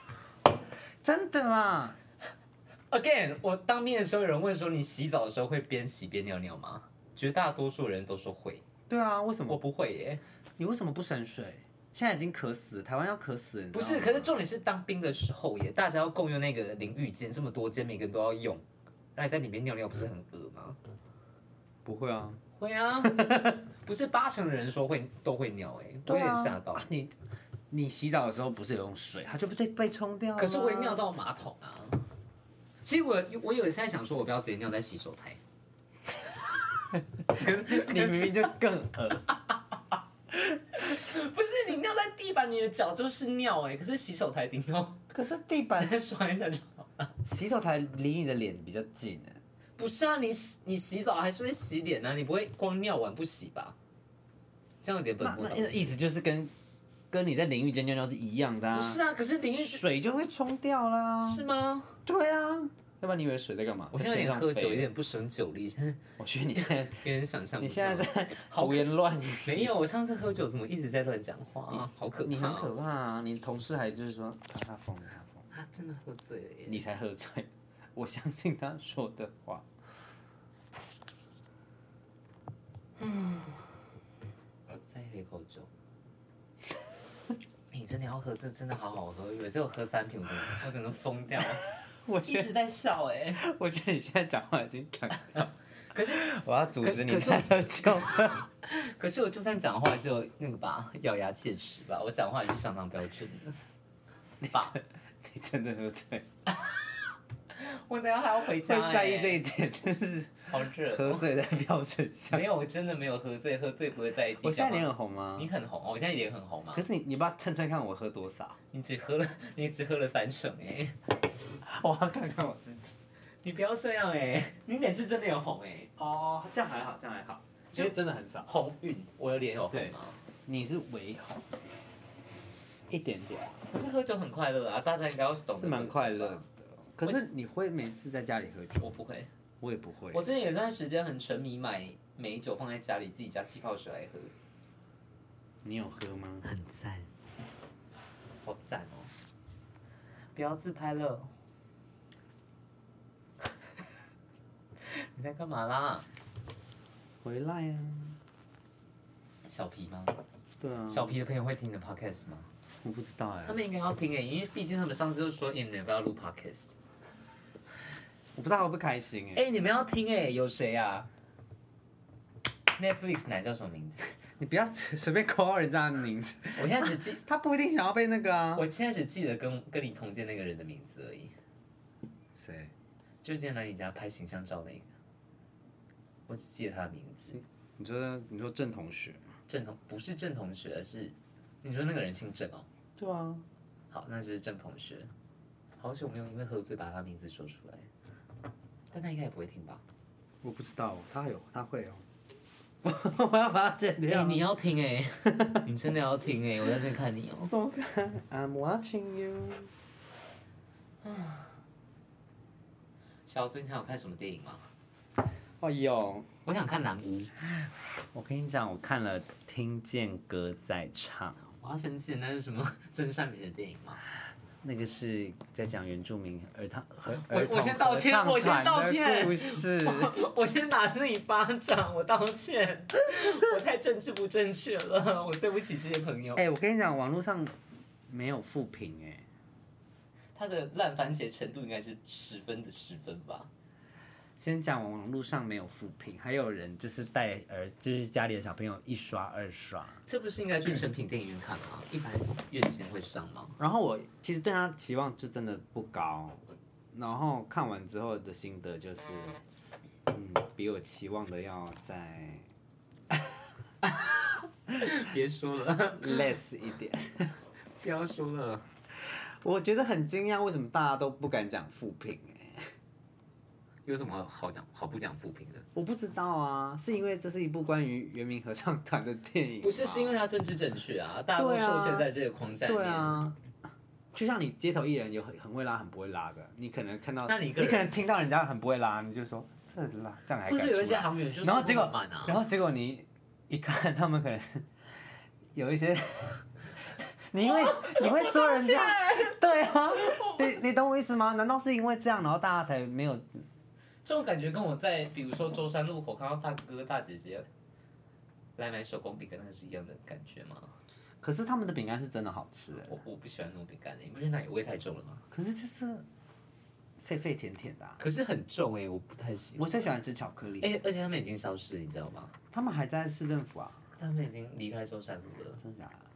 S1: 真的啦，
S2: Again，我当兵的时候，有人问说你洗澡的时候会边洗边尿尿吗？绝大多数人都说会，
S1: 对啊，为什
S2: 我
S1: 么
S2: 不会耶。
S1: 你为什么不省水？现在已经渴死，台湾要渴死，你知道
S2: 不
S1: 吗
S2: 是，可是重点是当兵的时候耶，大家要共用那个淋浴间，这么多间，每个人都要用，那你在里面尿尿不是很恶吗？
S1: 不会啊，
S2: 会 啊，不是八成的人说会都会尿哎，我有点吓到
S1: 啊。你。你洗澡的时候不是有用水，它就被被冲掉了啊。
S2: 可是我也尿到马桶啊。其实我我有一次在想说，我不要直接尿在洗手台。可是
S1: 你明明就更恶。
S2: 不是你尿在地板，你的脚就是尿哎、可是洗手台顶多
S1: 可是地板
S2: 再刷一下就好。
S1: 洗手台离你的脸比较近啊
S2: 不是啊，你洗你洗澡还是会洗脸啊，你不会光尿完不洗吧？这样有点本
S1: 那
S2: 末
S1: 那
S2: 倒
S1: 那
S2: 置。
S1: 意思就是跟跟你在淋浴间尿尿是一样的、啊，
S2: 不是啊，可是淋浴是
S1: 水就会冲掉啦。
S2: 是吗？
S1: 对啊，要不然你以为水在干嘛？
S2: 我现在有点喝
S1: 在天
S2: 酒，
S1: 上
S2: 有
S1: 飞
S2: 点不胜酒力，现在
S1: 我觉得你现 在
S2: 有点想象不
S1: 你
S2: 到。
S1: 现在在
S2: 好可
S1: 胡言乱语，
S2: 啊 没有？我上次喝酒怎么一直在乱讲话啊？好可怕、哦！
S1: 你很可怕啊！你同事还就是说他他疯了，他疯了，
S2: 他真的喝醉了 耶！
S1: 你才喝醉。我相信他说的话。
S2: 再喝一口酒。 哎你真的要喝，这真的好好喝。有一次我喝三瓶，我真的我真的疯掉，
S1: 我
S2: 一
S1: 觉
S2: 直在笑哎、
S1: 得我觉得你现在讲话已经讲掉 了。
S2: 可是
S1: 我要阻止你
S2: 可是我
S1: 再喝酒。
S2: 可是我就算讲话也是有那个吧，咬牙切齿吧，我讲话也是相当标准的。吧，
S1: 你真的喝醉，
S2: 我等一下还要回家、
S1: 最
S2: 欸。
S1: 在意这一点，就是
S2: 好热
S1: 喝
S2: 哦、
S1: 醉在标准上
S2: 没。有，我真的没有喝醉，喝醉不会在意自己
S1: 我现在
S2: 讲
S1: 脸
S2: 话。
S1: 很红吗
S2: 你？很红哦，我现在脸很红嘛
S1: 可。是你，你不要称称看我喝多少？
S2: 你只喝了，你只喝了三成哎、
S1: 我要看看我自己。
S2: 你不要这样哎、你脸是真的有红哎、
S1: 哦，这样还好，这样还好，其实真的很少。
S2: 红晕，我的脸有红
S1: 对
S2: 吗？
S1: 你是微红，一点点，
S2: 可是喝酒很快乐啊，大家应该要懂得
S1: 是蛮快乐
S2: 喝
S1: 的
S2: 酒吧。。
S1: 可是你会每次在家里喝酒？
S2: 我不会，
S1: 我也不会
S2: 我。之前有段时间很沉迷买美酒，放在家里自己加气泡水来喝，
S1: 你有喝吗？
S2: 很赞，好赞哦！不要自拍了， 你在干嘛啦？
S1: 回来啊。
S2: 小皮吗？
S1: 对啊。
S2: 小皮的朋友会听你的 podcast 吗？
S1: 我不知道哎
S2: 他，们应该要听诶、因为毕竟他们上次就说，哎、你们要不要录 podcast？
S1: 我不知道会不会开心
S2: 哎、
S1: 哎。
S2: 你们要听诶、有谁啊？Netflix 男叫什么名字？
S1: 你不要 随随便 call 人家的名字，
S2: 我现在只记
S1: 他不一定想要被那个啊。
S2: 我现在只记得跟跟你同届那个人的名字而已，
S1: 谁？
S2: 就是今天来你家拍形象照那个，我只记得他的名字。
S1: 你说你说郑同学？
S2: 郑同不是郑同学，是你说那个人姓郑哦。
S1: 对啊。
S2: 好，那就是郑同学。好久没有因为喝醉把他名字说出来，但他应该也不会听吧？
S1: 我不知道，他有他会哦。 我要把它剪
S2: 哎、
S1: 掉。
S2: 你要听哎、你真的要听哎、我在这看你哦、
S1: 怎么看？I'm watching you。
S2: 小最近有看什么电影吗？
S1: 哎呦，
S2: 我想看《蓝屋》，
S1: 我跟你讲，我看了《听见歌在唱》，
S2: 我要生气了，那是什么 真善美的电影吗？
S1: 那个是在讲原住民儿童儿
S2: 我
S1: 儿童
S2: 我先道歉
S1: 合唱
S2: 我先
S1: 团的
S2: 道歉
S1: 故 事。
S2: 我先打自己巴掌，我道歉， 我太政治不正确了， 我对不起这些朋友。
S1: 哎、我跟你讲，网络上没有负评哎，
S2: 它的烂番茄程度应该是十分的十分吧？
S1: 先讲网络上没有扶贫，还有人就是带儿，就是家里的小朋友一刷二刷。
S2: 这不是应该去成品电影院看吗？一般院线会上吗？
S1: 然后我其实对他期望就真的不高，然后看完之后的心得就是，嗯，比我期望的要再
S2: 别说了，
S1: less 一点。
S2: 不要说了。
S1: 我觉得很惊讶，为什么大家都不敢讲扶贫、欸？
S2: 有什么好讲好不讲负评的？
S1: 我不知道啊，是因为这是一部关于原民合唱团的电影吗，
S2: 不是，是因为它政治正确啊，大家都
S1: 对啊
S2: 受限在这个框架里面。
S1: 对啊，就像你街头艺人有很很会拉，很不会拉的，你可能看到，
S2: 那你
S1: 你
S2: 一个人
S1: 可能听到人家很不会拉，你就说这拉这样还
S2: 或
S1: 敢
S2: 是有一
S1: 出
S2: 些
S1: 来
S2: 航员就是
S1: 然后结果
S2: 速度很慢，啊，
S1: 然后结果你一看他们可能有一些， 你 因为你会说人家，对啊，你你懂我意思吗？难道是因为这样，然后大家才没有？
S2: 这种感觉跟我在比如说舟山路口看到大哥哥大姐姐来买手工饼干，那是一样的感觉吗？
S1: 可是他们的饼干是真的好吃哎，
S2: 我我不喜欢那种饼干的，你不觉得奶油味太重了吗？
S1: 可是就是沸沸甜甜的、啊。
S2: 可是很重哎、我不太喜
S1: 我
S2: 欢。
S1: 最喜欢吃巧克力，
S2: 哎、而且他们已经消失了，你知道吗？
S1: 他们还在市政府啊，
S2: 他们已经离开舟山路了。
S1: 真的假的？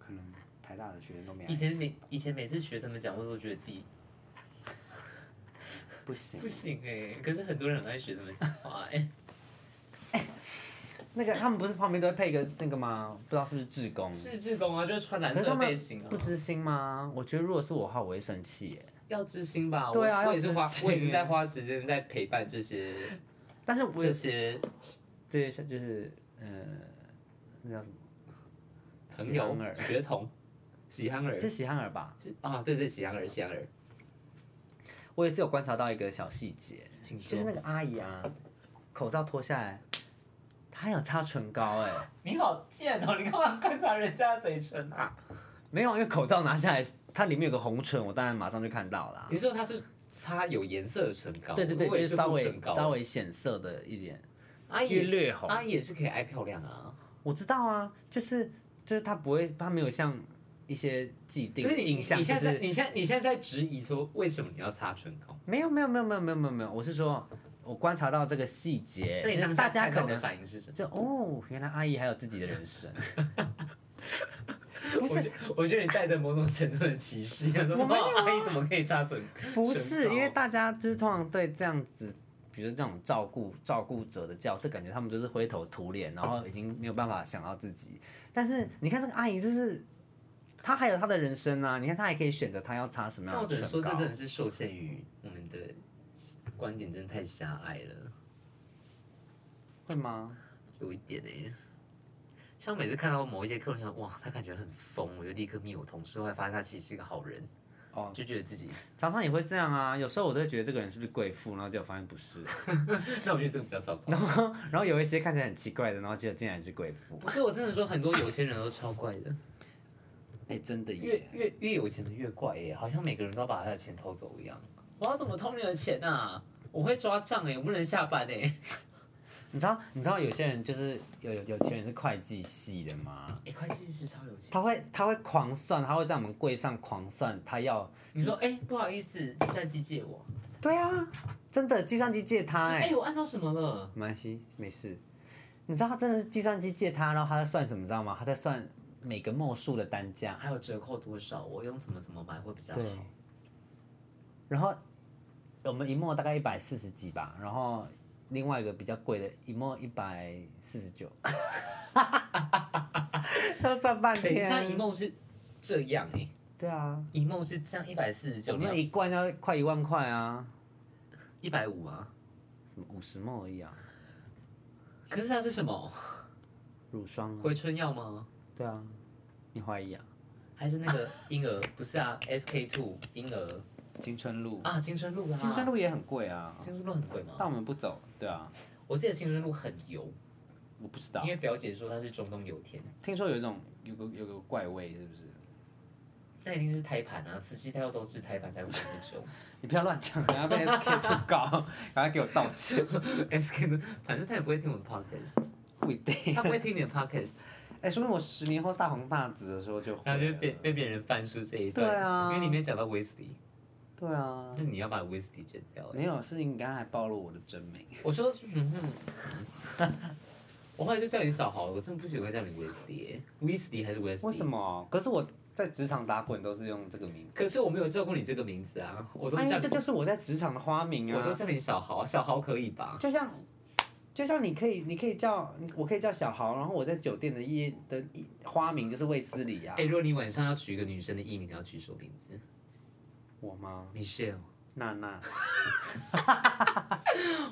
S1: 可能台大的学生都没来吃。
S2: 以前每以前每次学他们讲，我都觉得自己
S1: 不行
S2: 不，行哎、可是很多人很爱学他们讲话哎、
S1: 那个他们不是旁边都会配一个那个吗？不知道是不是志工？
S2: 是志工啊，就是穿蓝
S1: 可
S2: 色
S1: 是他
S2: 的
S1: 们
S2: 背心啊
S1: 不，知心吗？我觉得如果是我的话，我会生气耶。
S2: 要知心吧？
S1: 对啊
S2: 我我
S1: 要
S2: 也是花
S1: 知，心
S2: 我也是在
S1: 欸
S2: 花时间在陪伴这些
S1: 但是我
S2: 这些
S1: 这些就是呃，那叫什么？
S2: 朋友
S1: 喜憨、儿
S2: 学童、喜憨儿
S1: 是喜憨儿吧？
S2: 啊，对对，喜憨儿、喜憨儿，
S1: 我也是有观察到一个小细节，
S2: 请说。
S1: 就是那个阿姨啊，口罩脱下来，她还有擦唇膏哎、
S2: 你好贱哦！你干嘛观察人家的嘴唇啊？
S1: 没有，因为口罩拿下来，它里面有个红唇，我当然马上就看到啦
S2: 你。说他是擦有颜色的唇膏？
S1: 对对对，
S2: 我以
S1: 就
S2: 为
S1: 是稍
S2: 护
S1: 微
S2: 唇膏
S1: 稍微显色的一点。
S2: 阿姨也是
S1: 略略红
S2: 阿姨也是可以爱漂亮啊。
S1: 我知道啊，就是就是她不会，她没有像一些既定
S2: 可是你
S1: 印象，
S2: 你
S1: 就
S2: 现在在
S1: 是
S2: 你现在你现在在质疑说为什么你要擦唇膏？
S1: 没有没有没有没有没有没有没有，我是说，我观察到这个细节，
S2: 那你
S1: 就是
S2: 当
S1: 大
S2: 下
S1: 家
S2: 看
S1: 可
S2: 到的
S1: 能
S2: 反应是什么？
S1: 就哦，原来阿姨还有自己的人生。不
S2: 我觉
S1: 是
S2: 我觉得你带着某种程度的歧 视，想说
S1: 我没
S2: 哇
S1: 有，
S2: 阿姨怎么可以擦唇？
S1: 不是，
S2: 高
S1: 因为大家就是通常对这样子，比如这种照顾照顾者的角色，感觉他们就是灰头土脸，然后已经没有办法想到自己。但是你看这个阿姨，就是她还有她的人生啊，你看她还可以选择她要擦什么
S2: 那
S1: 样
S2: 我只
S1: 的
S2: 能说，
S1: 唇
S2: 这
S1: 膏
S2: 真。的是受限于我们的观点，真的太狭隘了。
S1: 会吗？
S2: 有一点哎、像每次看到某一些客人想，哇，他感觉很疯，我就立刻密我同事，后来发现他其实是一个好人，
S1: 哦
S2: 就觉得自己，
S1: 常常也会这样啊，有时候我都会觉得这个人是不是贵妇，然后结果发现不是，
S2: 那我觉得这个比较糟糕。
S1: 然后有一些看起来很奇怪的，然后结果竟然是贵 妇。
S2: 不是，我真的说很多有钱人都超怪的，
S1: 哎，真的
S2: 越
S1: 耶！
S2: 越越有钱的越怪耶、好像每个人都要把他的钱偷走一样。我要怎么偷你的钱啊？我会抓账哎、我不能下班哎、
S1: 你知道你知道有些人就是有有有钱人是会计系的吗？
S2: 哎、会计师超有钱。
S1: 他会他会狂算，他会在我们柜上狂算，他要
S2: 你说哎、不好意思，计算机借我。
S1: 对啊，真的计算机借他哎、
S2: 哎、我按到什么了？
S1: 没关系，没事。你知道他真的是计算机借他，然后他在算什么，知道吗？他在算每个墨数的单价，
S2: 还有折扣多少？我用怎么怎么买会比较好
S1: 对？。啊然后我们一墨大概一百四十几吧，然后另外一个比较贵的一墨一百四十九， 他算半
S2: 等一
S1: 天
S2: 下，。一梦是这样哎、
S1: 对啊，
S2: 一梦是这样一百四十
S1: 我
S2: 九，
S1: 们一罐要快一万块啊，
S2: 一百五啊。
S1: 什么五十墨而已啊，
S2: 可是它是什么？
S1: 乳霜啊。
S2: 回春药吗？
S1: 对啊，你怀疑啊？
S2: 还是那 个婴儿？不是啊，SK two 婴儿
S1: 青春路，
S2: 啊，青春露啦。
S1: 青春，路也很贵啊，
S2: 青春露很贵吗？
S1: 但我们不走。对啊，
S2: 我记得青春露很油，
S1: 我不知道
S2: 因，为表姐说它是中东油田，
S1: 听说有一种有个有个怪味，是不是？
S2: 那一定是胎盘啊，慈禧太后都吃胎盘才会长那 久。
S1: 你不要乱 讲，然后被 SK 投稿，赶快给我道歉。
S2: SK 的，反正她也不会听我的 podcast，
S1: 不一定，
S2: 她不会听你的 podcast，
S1: 哎，说明我十年后大红大紫的时候就会
S2: 然后就
S1: 了
S2: 被被别人翻出这一
S1: 对
S2: 段，
S1: 啊
S2: 因为里面讲到威斯利，
S1: 对啊，
S2: 那你要把威士忌剪掉。
S1: 没有，是你刚才还暴露我的真名。
S2: 我说，嗯哼，我后来就叫你小豪了，我真的不喜欢叫你威斯利，威斯利还是威斯利？
S1: 为什？么？可是我在职场打滚都是用这个名字。
S2: 可是我没有叫过你这个名字啊，我都
S1: 哎
S2: 叫
S1: 呀，
S2: 你，
S1: 这就是我在职场的花名
S2: 我都
S1: 啊！
S2: 叫你小豪，小豪可以吧？
S1: 就像，就像你可以，你可以叫，我可以叫小豪，然后我在酒店的夜的花名就是卫斯理啊。
S2: 哎、如果你晚上要取一个女生的艺名，你要取什么名字
S1: 我吗？
S2: ？Michelle，
S1: 娜娜，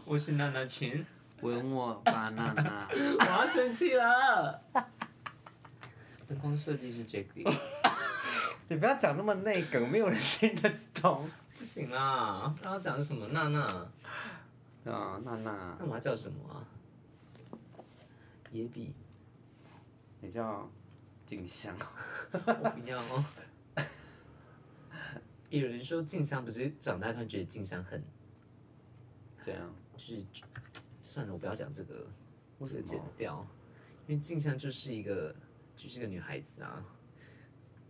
S2: 我是娜娜群，
S1: 吻我吧，娜娜。
S2: 我要生气了。 灯光设计是 Jack Lee，
S1: 你不要讲那么内梗，没有人听得懂。
S2: 不行啦，刚刚讲什么娜娜？
S1: 啊，娜娜，
S2: 那我要叫什么啊？野比，
S1: 你叫静香。
S2: 我不要、哦。有人说静香不是长大，他觉得静香很
S1: 这样，
S2: 就是，算了，我不要讲这个，
S1: 为
S2: 这个
S1: 什
S2: 剪
S1: 么？
S2: 掉，因为静香就是一个就是一个女孩子啊。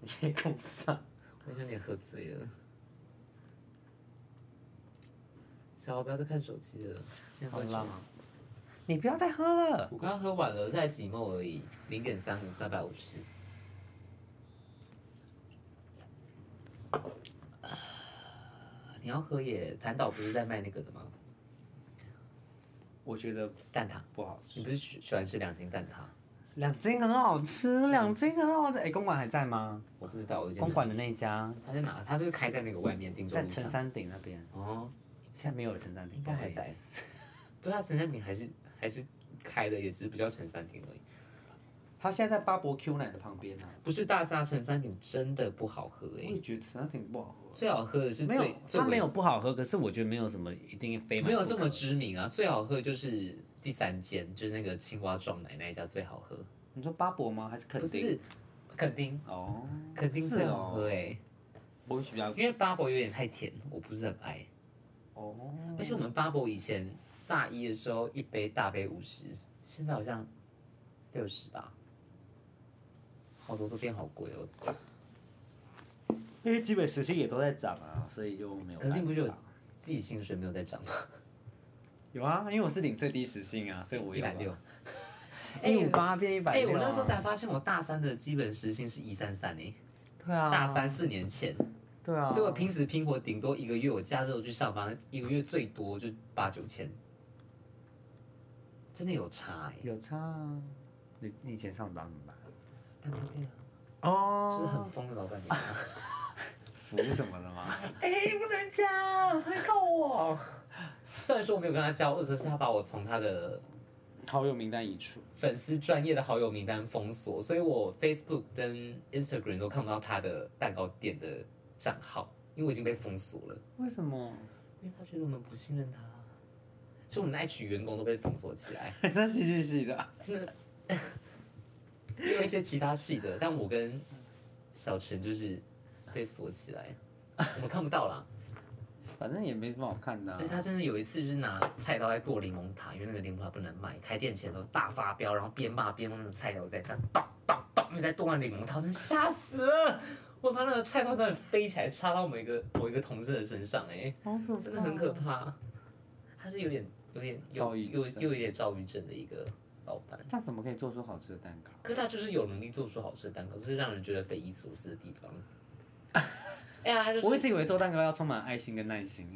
S1: 你可以跟上。
S2: 我有点喝醉了，小豪不要再看手机了，先喝酒。
S1: 你不要再喝了。
S2: 我刚刚喝完了，在几毛而已，零点三五三百五十。你要喝也，谭导不是在卖那个的吗？
S1: 我觉得
S2: 蛋挞，
S1: 不好吃
S2: 你。不是喜喜欢吃两斤蛋挞？
S1: 两斤很好吃，两斤很好吃。哎、公馆还在吗？
S2: 我不知道，我已经
S1: 公馆的那一家
S2: 他在哪？他是开在那个外面定州
S1: 哦在嗯
S2: 路
S1: 陈
S2: 上。
S1: 山顶那边，
S2: 哦，
S1: 现在没有了陈山顶，
S2: 应该
S1: 不好
S2: 还
S1: 意
S2: 在 啊
S1: 思。。
S2: 不知道陈山顶还是还是开了，也只是不叫陈山顶而已。
S1: 他现在在巴伯 Q 奶的旁边呢、啊。
S2: 不是大炸陈山顶真的不好喝
S1: 我
S2: 诶，
S1: 也觉得陈山顶不好喝。
S2: 最好喝的是
S1: 没有
S2: 最，最
S1: 它没
S2: 唯
S1: 有不好喝，可是我觉得没有什么一定非买
S2: 没有
S1: 不
S2: 这
S1: 可
S2: 么知名啊，最好喝就是第三间，就是那个青蛙撞奶那一家最好喝，
S1: 你说巴伯吗？还是肯
S2: 不
S1: 定？
S2: 是不是肯定
S1: 哦，
S2: 肯定
S1: 是
S2: 最好喝
S1: 哦。
S2: 哎、
S1: 我比较
S2: 因为巴博有点太甜，我不是很爱。
S1: 哦，
S2: 而且我们巴博以前大一的时候一杯大杯五十，现在好像六十吧，好多都变好贵哦。
S1: 因为基本时薪也都在涨啊，所以就没有办
S2: 可
S1: 法。
S2: 是你不觉得我自己薪水没有在涨吗？
S1: 有啊？因为我是领最低时薪啊，所以我
S2: 一
S1: 有啊
S2: 百六，
S1: 一五八变一
S2: 哎、
S1: 百六。啊
S2: 我那时候才发现我大三的基本时薪是一三三哎，
S1: 对啊，
S2: 大三四年前。
S1: 对啊，
S2: 所以我拼死拼活，顶多一个月，我假日我去上班，一个月最多就八九千，真的有差哎、
S1: 有差啊。你你以前上班怎么办？
S2: 但是
S1: 啊哦
S2: 就是很疯的老板娘，啊
S1: 服什么的吗？
S2: 哎、不能讲，他告我。 虽然说我没有跟他交恶，可是他把我从他的
S1: 好友名单移除，
S2: 粉丝专业的好友名单封锁，所以我 Facebook 跟 Instagram 都看不到他的蛋糕店的账号，因为我已经被封锁了，
S1: 为什 么？
S2: 因为他觉得我们不信任他，啊所以我们那一群员工都被封锁起来。
S1: 真戏剧系的，
S2: 真的 有一些其他系的，但我跟小陈就是被锁起来，我们看不到啦。
S1: 反正也没什么好看的啊、
S2: 而且哎他真的有一次就是拿菜刀在剁柠檬塔，因为那个柠檬塔不能卖，开店前都大发飙，然后边骂边用那个菜刀在那咚咚咚，因为在剁那柠檬塔，我真的吓死了。我怕那个菜刀真的飞起来插到某一个某一个同事的身上、欸，哎，真的很可怕。他是有点有点
S1: 嗯躁
S2: 有
S1: 郁
S2: 有
S1: 症
S2: 有一点躁郁症的一个老板。
S1: 这样怎么可以做出好吃的蛋糕？
S2: 可是他就是有能力做出好吃的蛋糕，就是让人觉得匪夷所思的 地方。哎呀，他就
S1: 我一
S2: 是
S1: 直以为做蛋糕要充满爱心跟耐心。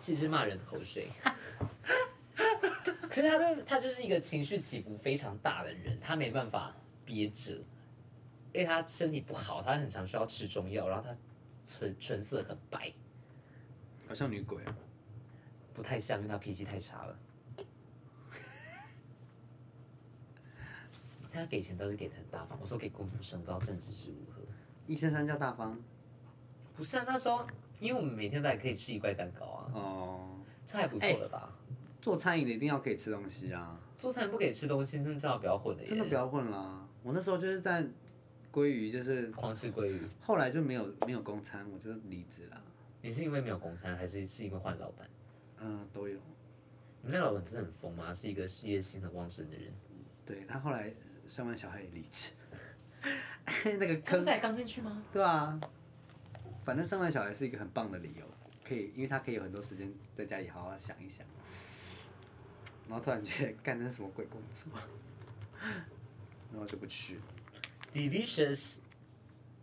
S2: 其实骂人的口水。可是他他就是一个情绪起伏非常大的人，他没办法憋着，因为他身体不好，他很常需要吃中药，然后他唇唇色很白，
S1: 好像女鬼、啊，
S2: 不太像，因为他脾气太差了。他给钱倒是给的很大方，我说给工读生，不知道政治是如何。
S1: 一三三叫大方
S2: 不是啊，那时候因为我们每天都还可以吃一块蛋糕啊，
S1: 哦。
S2: 这还不错了吧？
S1: 做餐饮的一定要可以吃东西啊，
S2: 做餐不给吃东西，真的最好不要混了耶！
S1: 真的不要混啦。我那时候就是在鲑鱼，就是
S2: 狂吃鲑鱼。
S1: 后来就没有没有公餐，我就是离职啦。
S2: 你是因为没有公餐，还是是因为换老板？
S1: 嗯，都有。
S2: 你们那老板不是很疯吗？是一个事业心很旺盛的人。
S1: 对他后来生 完小孩也离职，那个
S2: 他不
S1: 坑
S2: 是才刚进去吗？
S1: 对啊，反正生完小孩是一个很棒的理由，可以，因为他可以有很多时间在家里好好想一想。然后突然觉得干那是什么鬼工作， 然后就不去。
S4: Delicious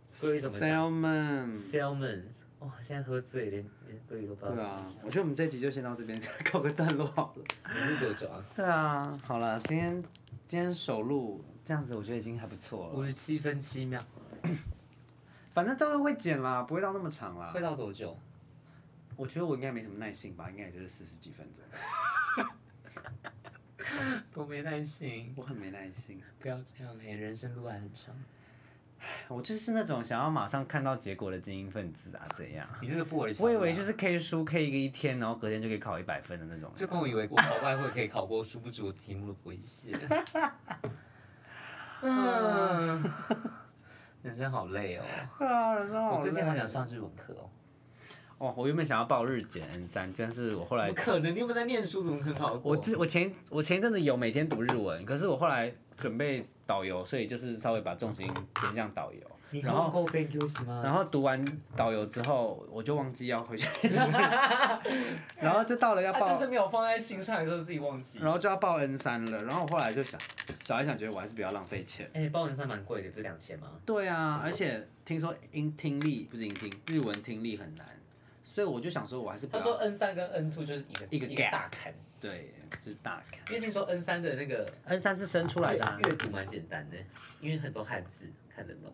S4: Salmon
S1: Salmon，
S4: Salmon，哇，现在喝醉连连鲑鱼都不知
S1: 对
S4: 道
S1: 啊，我觉得我们这集就先到这边 告个段落好了。
S4: 怎么录多久啊？
S1: 对啊，好了，今天今天首录这样子，我觉得已经还不错
S2: 五
S1: 了。
S2: 十七分七秒，
S1: 反正照样会剪啦，不会到那么长啦
S2: 会。到多久？
S1: 我觉得我应该没什么耐性吧，应该也就是四十几分钟。
S2: 多没耐心，
S1: 我很没耐心，
S2: 不要这样哎、人生路还很长。
S1: 我就是那种想要马上看到结果的精英分子啊，怎样？
S4: 你这个布尔乔亚，
S1: 我以
S2: 啊
S1: 为就是 K 书 K 一个一天，然后隔天就可以考一百分的那种。
S2: 就跟我以为国考外会可以考过殊不知我题目都不会 写。嗯， 人生好累哦。
S1: 对啊，人生
S2: 我最近好想上日文课哦。
S1: 哦，我原本想要报日检 N 三，但是我后
S2: 怎
S1: 来
S2: 么可能？你又不在念书，怎么可能考得过？
S1: 我之我前我前一阵子有每天读日文，可是我后来准备导游，所以就是稍微把重心偏向导游。
S2: 你
S1: 然后
S2: 够被丢弃吗？
S1: 然后读完导游之后，我就忘记要 回去读日文，然后就到了要
S2: 他
S1: 报
S2: 啊就是，没有放在心上，就是自己忘记。
S1: 然后就要报 N 三了。然后我后来就想，想一想，觉得我还是不要浪费钱。
S2: 哎，报文山蛮贵的，不是两千吗？
S1: 对啊，而且听说音听力不是音听，日文听力很难，所以我就想说，我还是不
S2: 他说
S1: 要
S2: N 三跟 N two 就是一个
S1: 一个 gap
S2: 大坎，
S1: 对，就是大看。
S2: 因为听说 N 三的那个
S1: N 三是生出来的、啊，
S2: 阅阅读蛮简单的，因为很多汉字看得懂。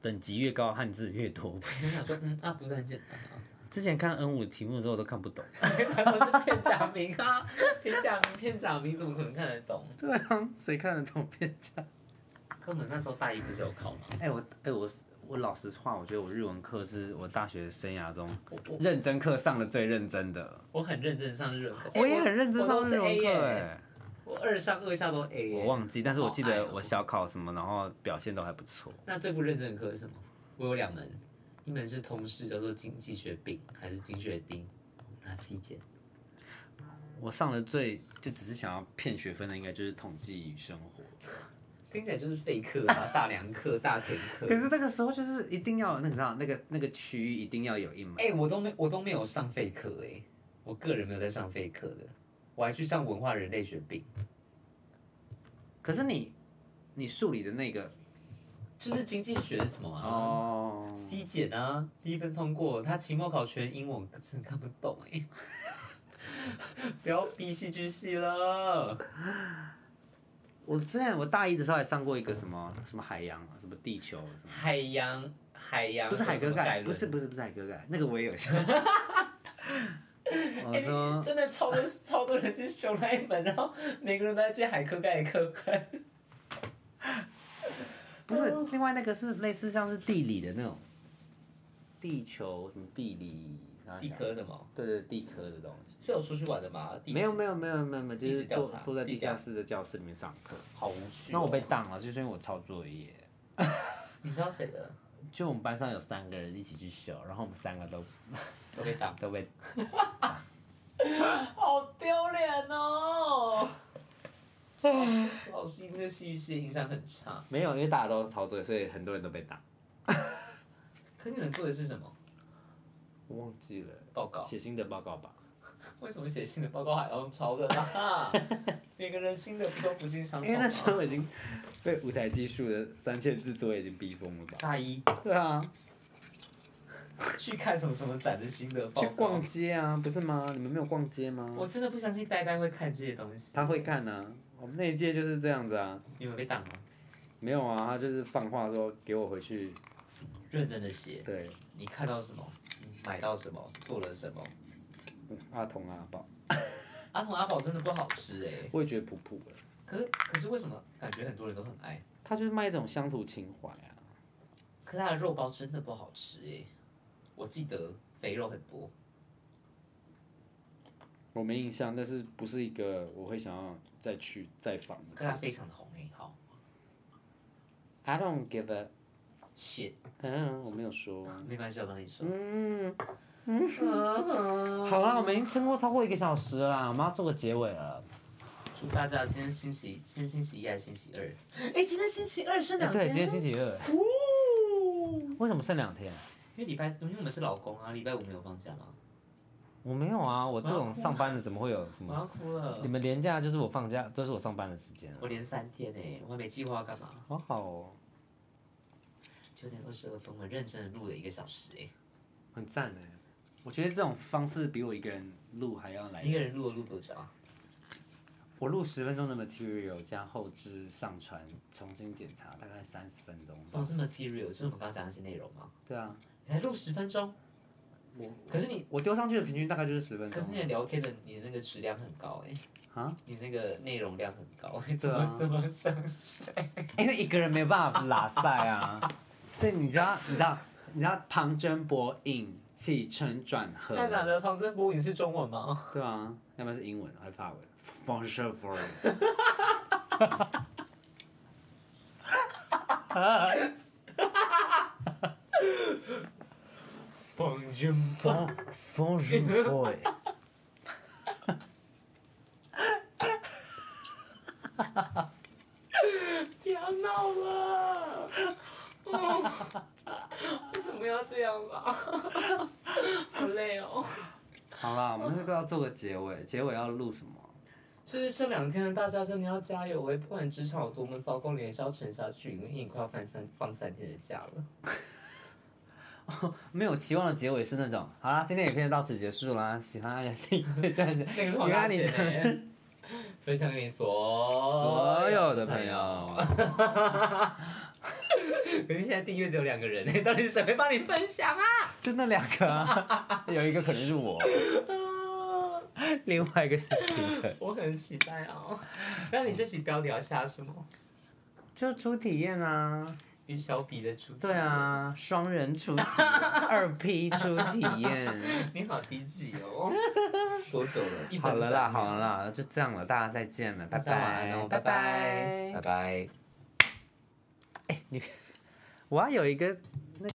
S1: 等级越高，汉字越多。
S2: 我想说，嗯，那不是很简单啊。
S1: 之前看 N 五题目的时候我都看不懂。
S2: 我是片假名啊，片假名片假名怎么可能看得懂？
S1: 对啊，谁看得懂片假？
S2: 根本那时候大一不是有考吗？
S1: 哎、我哎、我我老实话，我觉得我日文课是我大学生涯中
S2: 我我
S1: 认真课上的最认真的。
S2: 我很认真上日文课，
S1: 哎我也很认真上日文
S2: 我都是 A
S1: 课、
S2: 耶
S1: 哎，
S2: 我二上二下都 A 耶。
S1: 我忘记，但是我记得
S2: 好爱哦
S1: 我小考什么，然后表现都还不错。
S2: 那最不认真的课是什么？我有两门，一门是通识，叫做经济学丙还是经学丁，那 C 减。
S1: 我上的最就只是想要骗学分的，应该就是统计与生活。
S2: 听起来就是废课啊，大梁课、大田课。
S1: 可是那个时候就是一定要那个你知道那个那个区域一定要有一门。
S2: 哎、我都没我都没有上废课哎，我个人没有在上废课的，我还去上文化人类学丙，
S1: 可是你你数理的那个
S2: 就是经济学什么啊。
S1: 哦，
S2: C 减啊，第一分通过，他期末考全英文，我真的看不懂哎、 不要逼戏剧系了，
S1: 我之前我大一的时候还上过一个什么什么海洋啊，什么地球什么，
S2: 海洋海洋
S1: 不是海
S2: 什
S1: 哥
S2: 么概
S1: 盖，
S2: 论
S1: 不是不是不是海哥盖，那个我也有 上。我说
S2: 哎真的超多超多人去修那一门，然后每个人都在借海科盖的课 本。
S1: 不是，另外那个是类似像是地理的那种，地球什么地理，然后
S2: 地科什么？
S1: 对对地科的东西。
S2: 是有出去玩的吗？地
S1: 没有没有没有没有没有，就
S2: 地
S1: 是
S2: 质调
S1: 坐
S2: 查
S1: 坐在
S2: 地
S1: 地下
S2: 调
S1: 室的教室里面上课。
S2: 好无趣、哦
S1: 那我被，当了，就是因为我抄作业。
S2: 你知道谁的？
S1: 就我们班上有三个人一起去修，然后我们三个 都
S2: 我被打，
S1: 都被
S2: 好丢脸 哦！老师对戏剧系的印象很差。
S1: 没有，因为大家都抄作业，所以很多人都被打。
S2: 可你们做的是什么
S1: 我忘记了，
S2: 报告？
S1: 写新的报告吧。
S2: 为什么写信的报告还要用 抄的啦？每个人新的不都不经常啊
S1: 因为那时候已经被舞台技术的三千字作业已经逼疯了吧？
S2: 大一
S1: 对啊，
S2: 去看什么什么展的新的报
S1: 去
S2: 告，
S1: 逛街啊，不是吗？你们没有逛街吗
S2: 我？真的不相信呆呆会看这些东西。
S1: 他会看啊，我们那一届就是这样子啊。
S2: 你们被挡吗？
S1: 没有啊，他就是放话说给我回去，
S2: 认真的写，
S1: 对，
S2: 你看到什么，买到什么，做了什么。
S1: 嗯阿童阿宝，
S2: 阿童阿宝真的不好吃哎、
S1: 我也觉得普普的，
S2: 可是可是为什么感觉很多人都很爱？
S1: 他就是卖一种乡土情怀啊。
S2: 可是它的肉包真的不好吃哎、我记得肥肉很多，
S1: 我没印象，但是不是一个我会想要再去再访的。
S2: 可是它非常的红哎、好
S1: I don't give a，
S2: shit，
S1: 嗯，我没有说。
S2: 没关系，我跟你说。嗯
S1: 嗯，好啦，我们已经撑过超过一个小时了啦，我们要做个结尾了。
S2: 祝大家今天星期，今天星期一还是星期二？哎、今天星期二是
S1: 哎、
S2: 两天、
S1: 对，今天星期二。为什么剩两天？
S2: 因为礼拜因为我们是老公啊，礼拜五没有放假嘛。
S5: 我没有啊，我这
S2: 我要
S5: 种
S2: 哭
S5: 上班的怎么会有
S1: 嗯
S5: 什
S2: 我
S5: 么？
S2: 要哭了
S5: 你，们连假就是我放假，都是我上班的时间啊，
S2: 我连三天呢、欸我还没计划要干嘛。
S5: 好好哦，
S2: 九点二十二分，我认真的录了一个小时哎、
S1: 很赞哎。我觉得这种方式比我一个人录还要来
S2: 一。个人录了录多久啊？
S1: 我录十分钟的 material 加后置上传，重新检查大概三十分钟吧。
S2: 什么是 material？就是我们刚刚讲的那些内容吗？
S1: 对啊，
S2: 你才录十分钟，
S1: 我
S2: 可是你，
S1: 我丢上去的平均大概就是十分
S2: 可
S1: 钟
S2: 是。你的聊天的你的那个质量很高哎、
S1: 啊，
S2: 你那个内容量很高， 怎
S1: 对
S2: 么
S1: 啊
S2: 这么上升？
S1: 因为一个人没有办法拉塞啊，所以你知道，你知道，你知道旁征博引，起承转合。
S2: 太难了，旁征博引是中文吗？
S1: 对啊，要不然是英文还是法文 f o r s u r for。
S2: 旁征
S5: 风神 boy，
S2: 不要闹了！哦为什么要这样吧？ 好累哦。
S1: 好啦，我们这个要做个结尾，结尾要录什么？
S2: 就是这两天，大家真的要加油哎！不管职场有多么糟糕，你还是要撑下去，因为你快要放三放三天的假了。
S1: 没有期望的结尾是那种，好啦，今天影片到此结束啦，喜欢按订阅，但是
S2: 那个是黄
S1: 原
S2: 大
S1: 来你
S2: 姐
S1: 真的
S2: 欸
S1: 是，
S2: 分享给你所
S1: 所有的朋
S2: 朋友
S1: 友。
S2: 可是现在订阅只有两个人哎，到底是谁会帮你分享啊？
S1: 就那两个、啊， 有一个可能是我，另外一个是平等，
S2: 我很期待哦。那你这期标题要下什么？
S1: 就初体验啊，
S2: 与小比的主题
S1: 对，啊，双人初体 验，二 P 初体验，
S2: 你好低级哦。多久了？一分
S1: 好了啦，
S2: 三秒
S1: 好了啦，就这样了，大家再见了，拜
S2: 大
S1: 拜，
S2: 家晚安哦，拜拜，拜拜。
S1: 我要有一个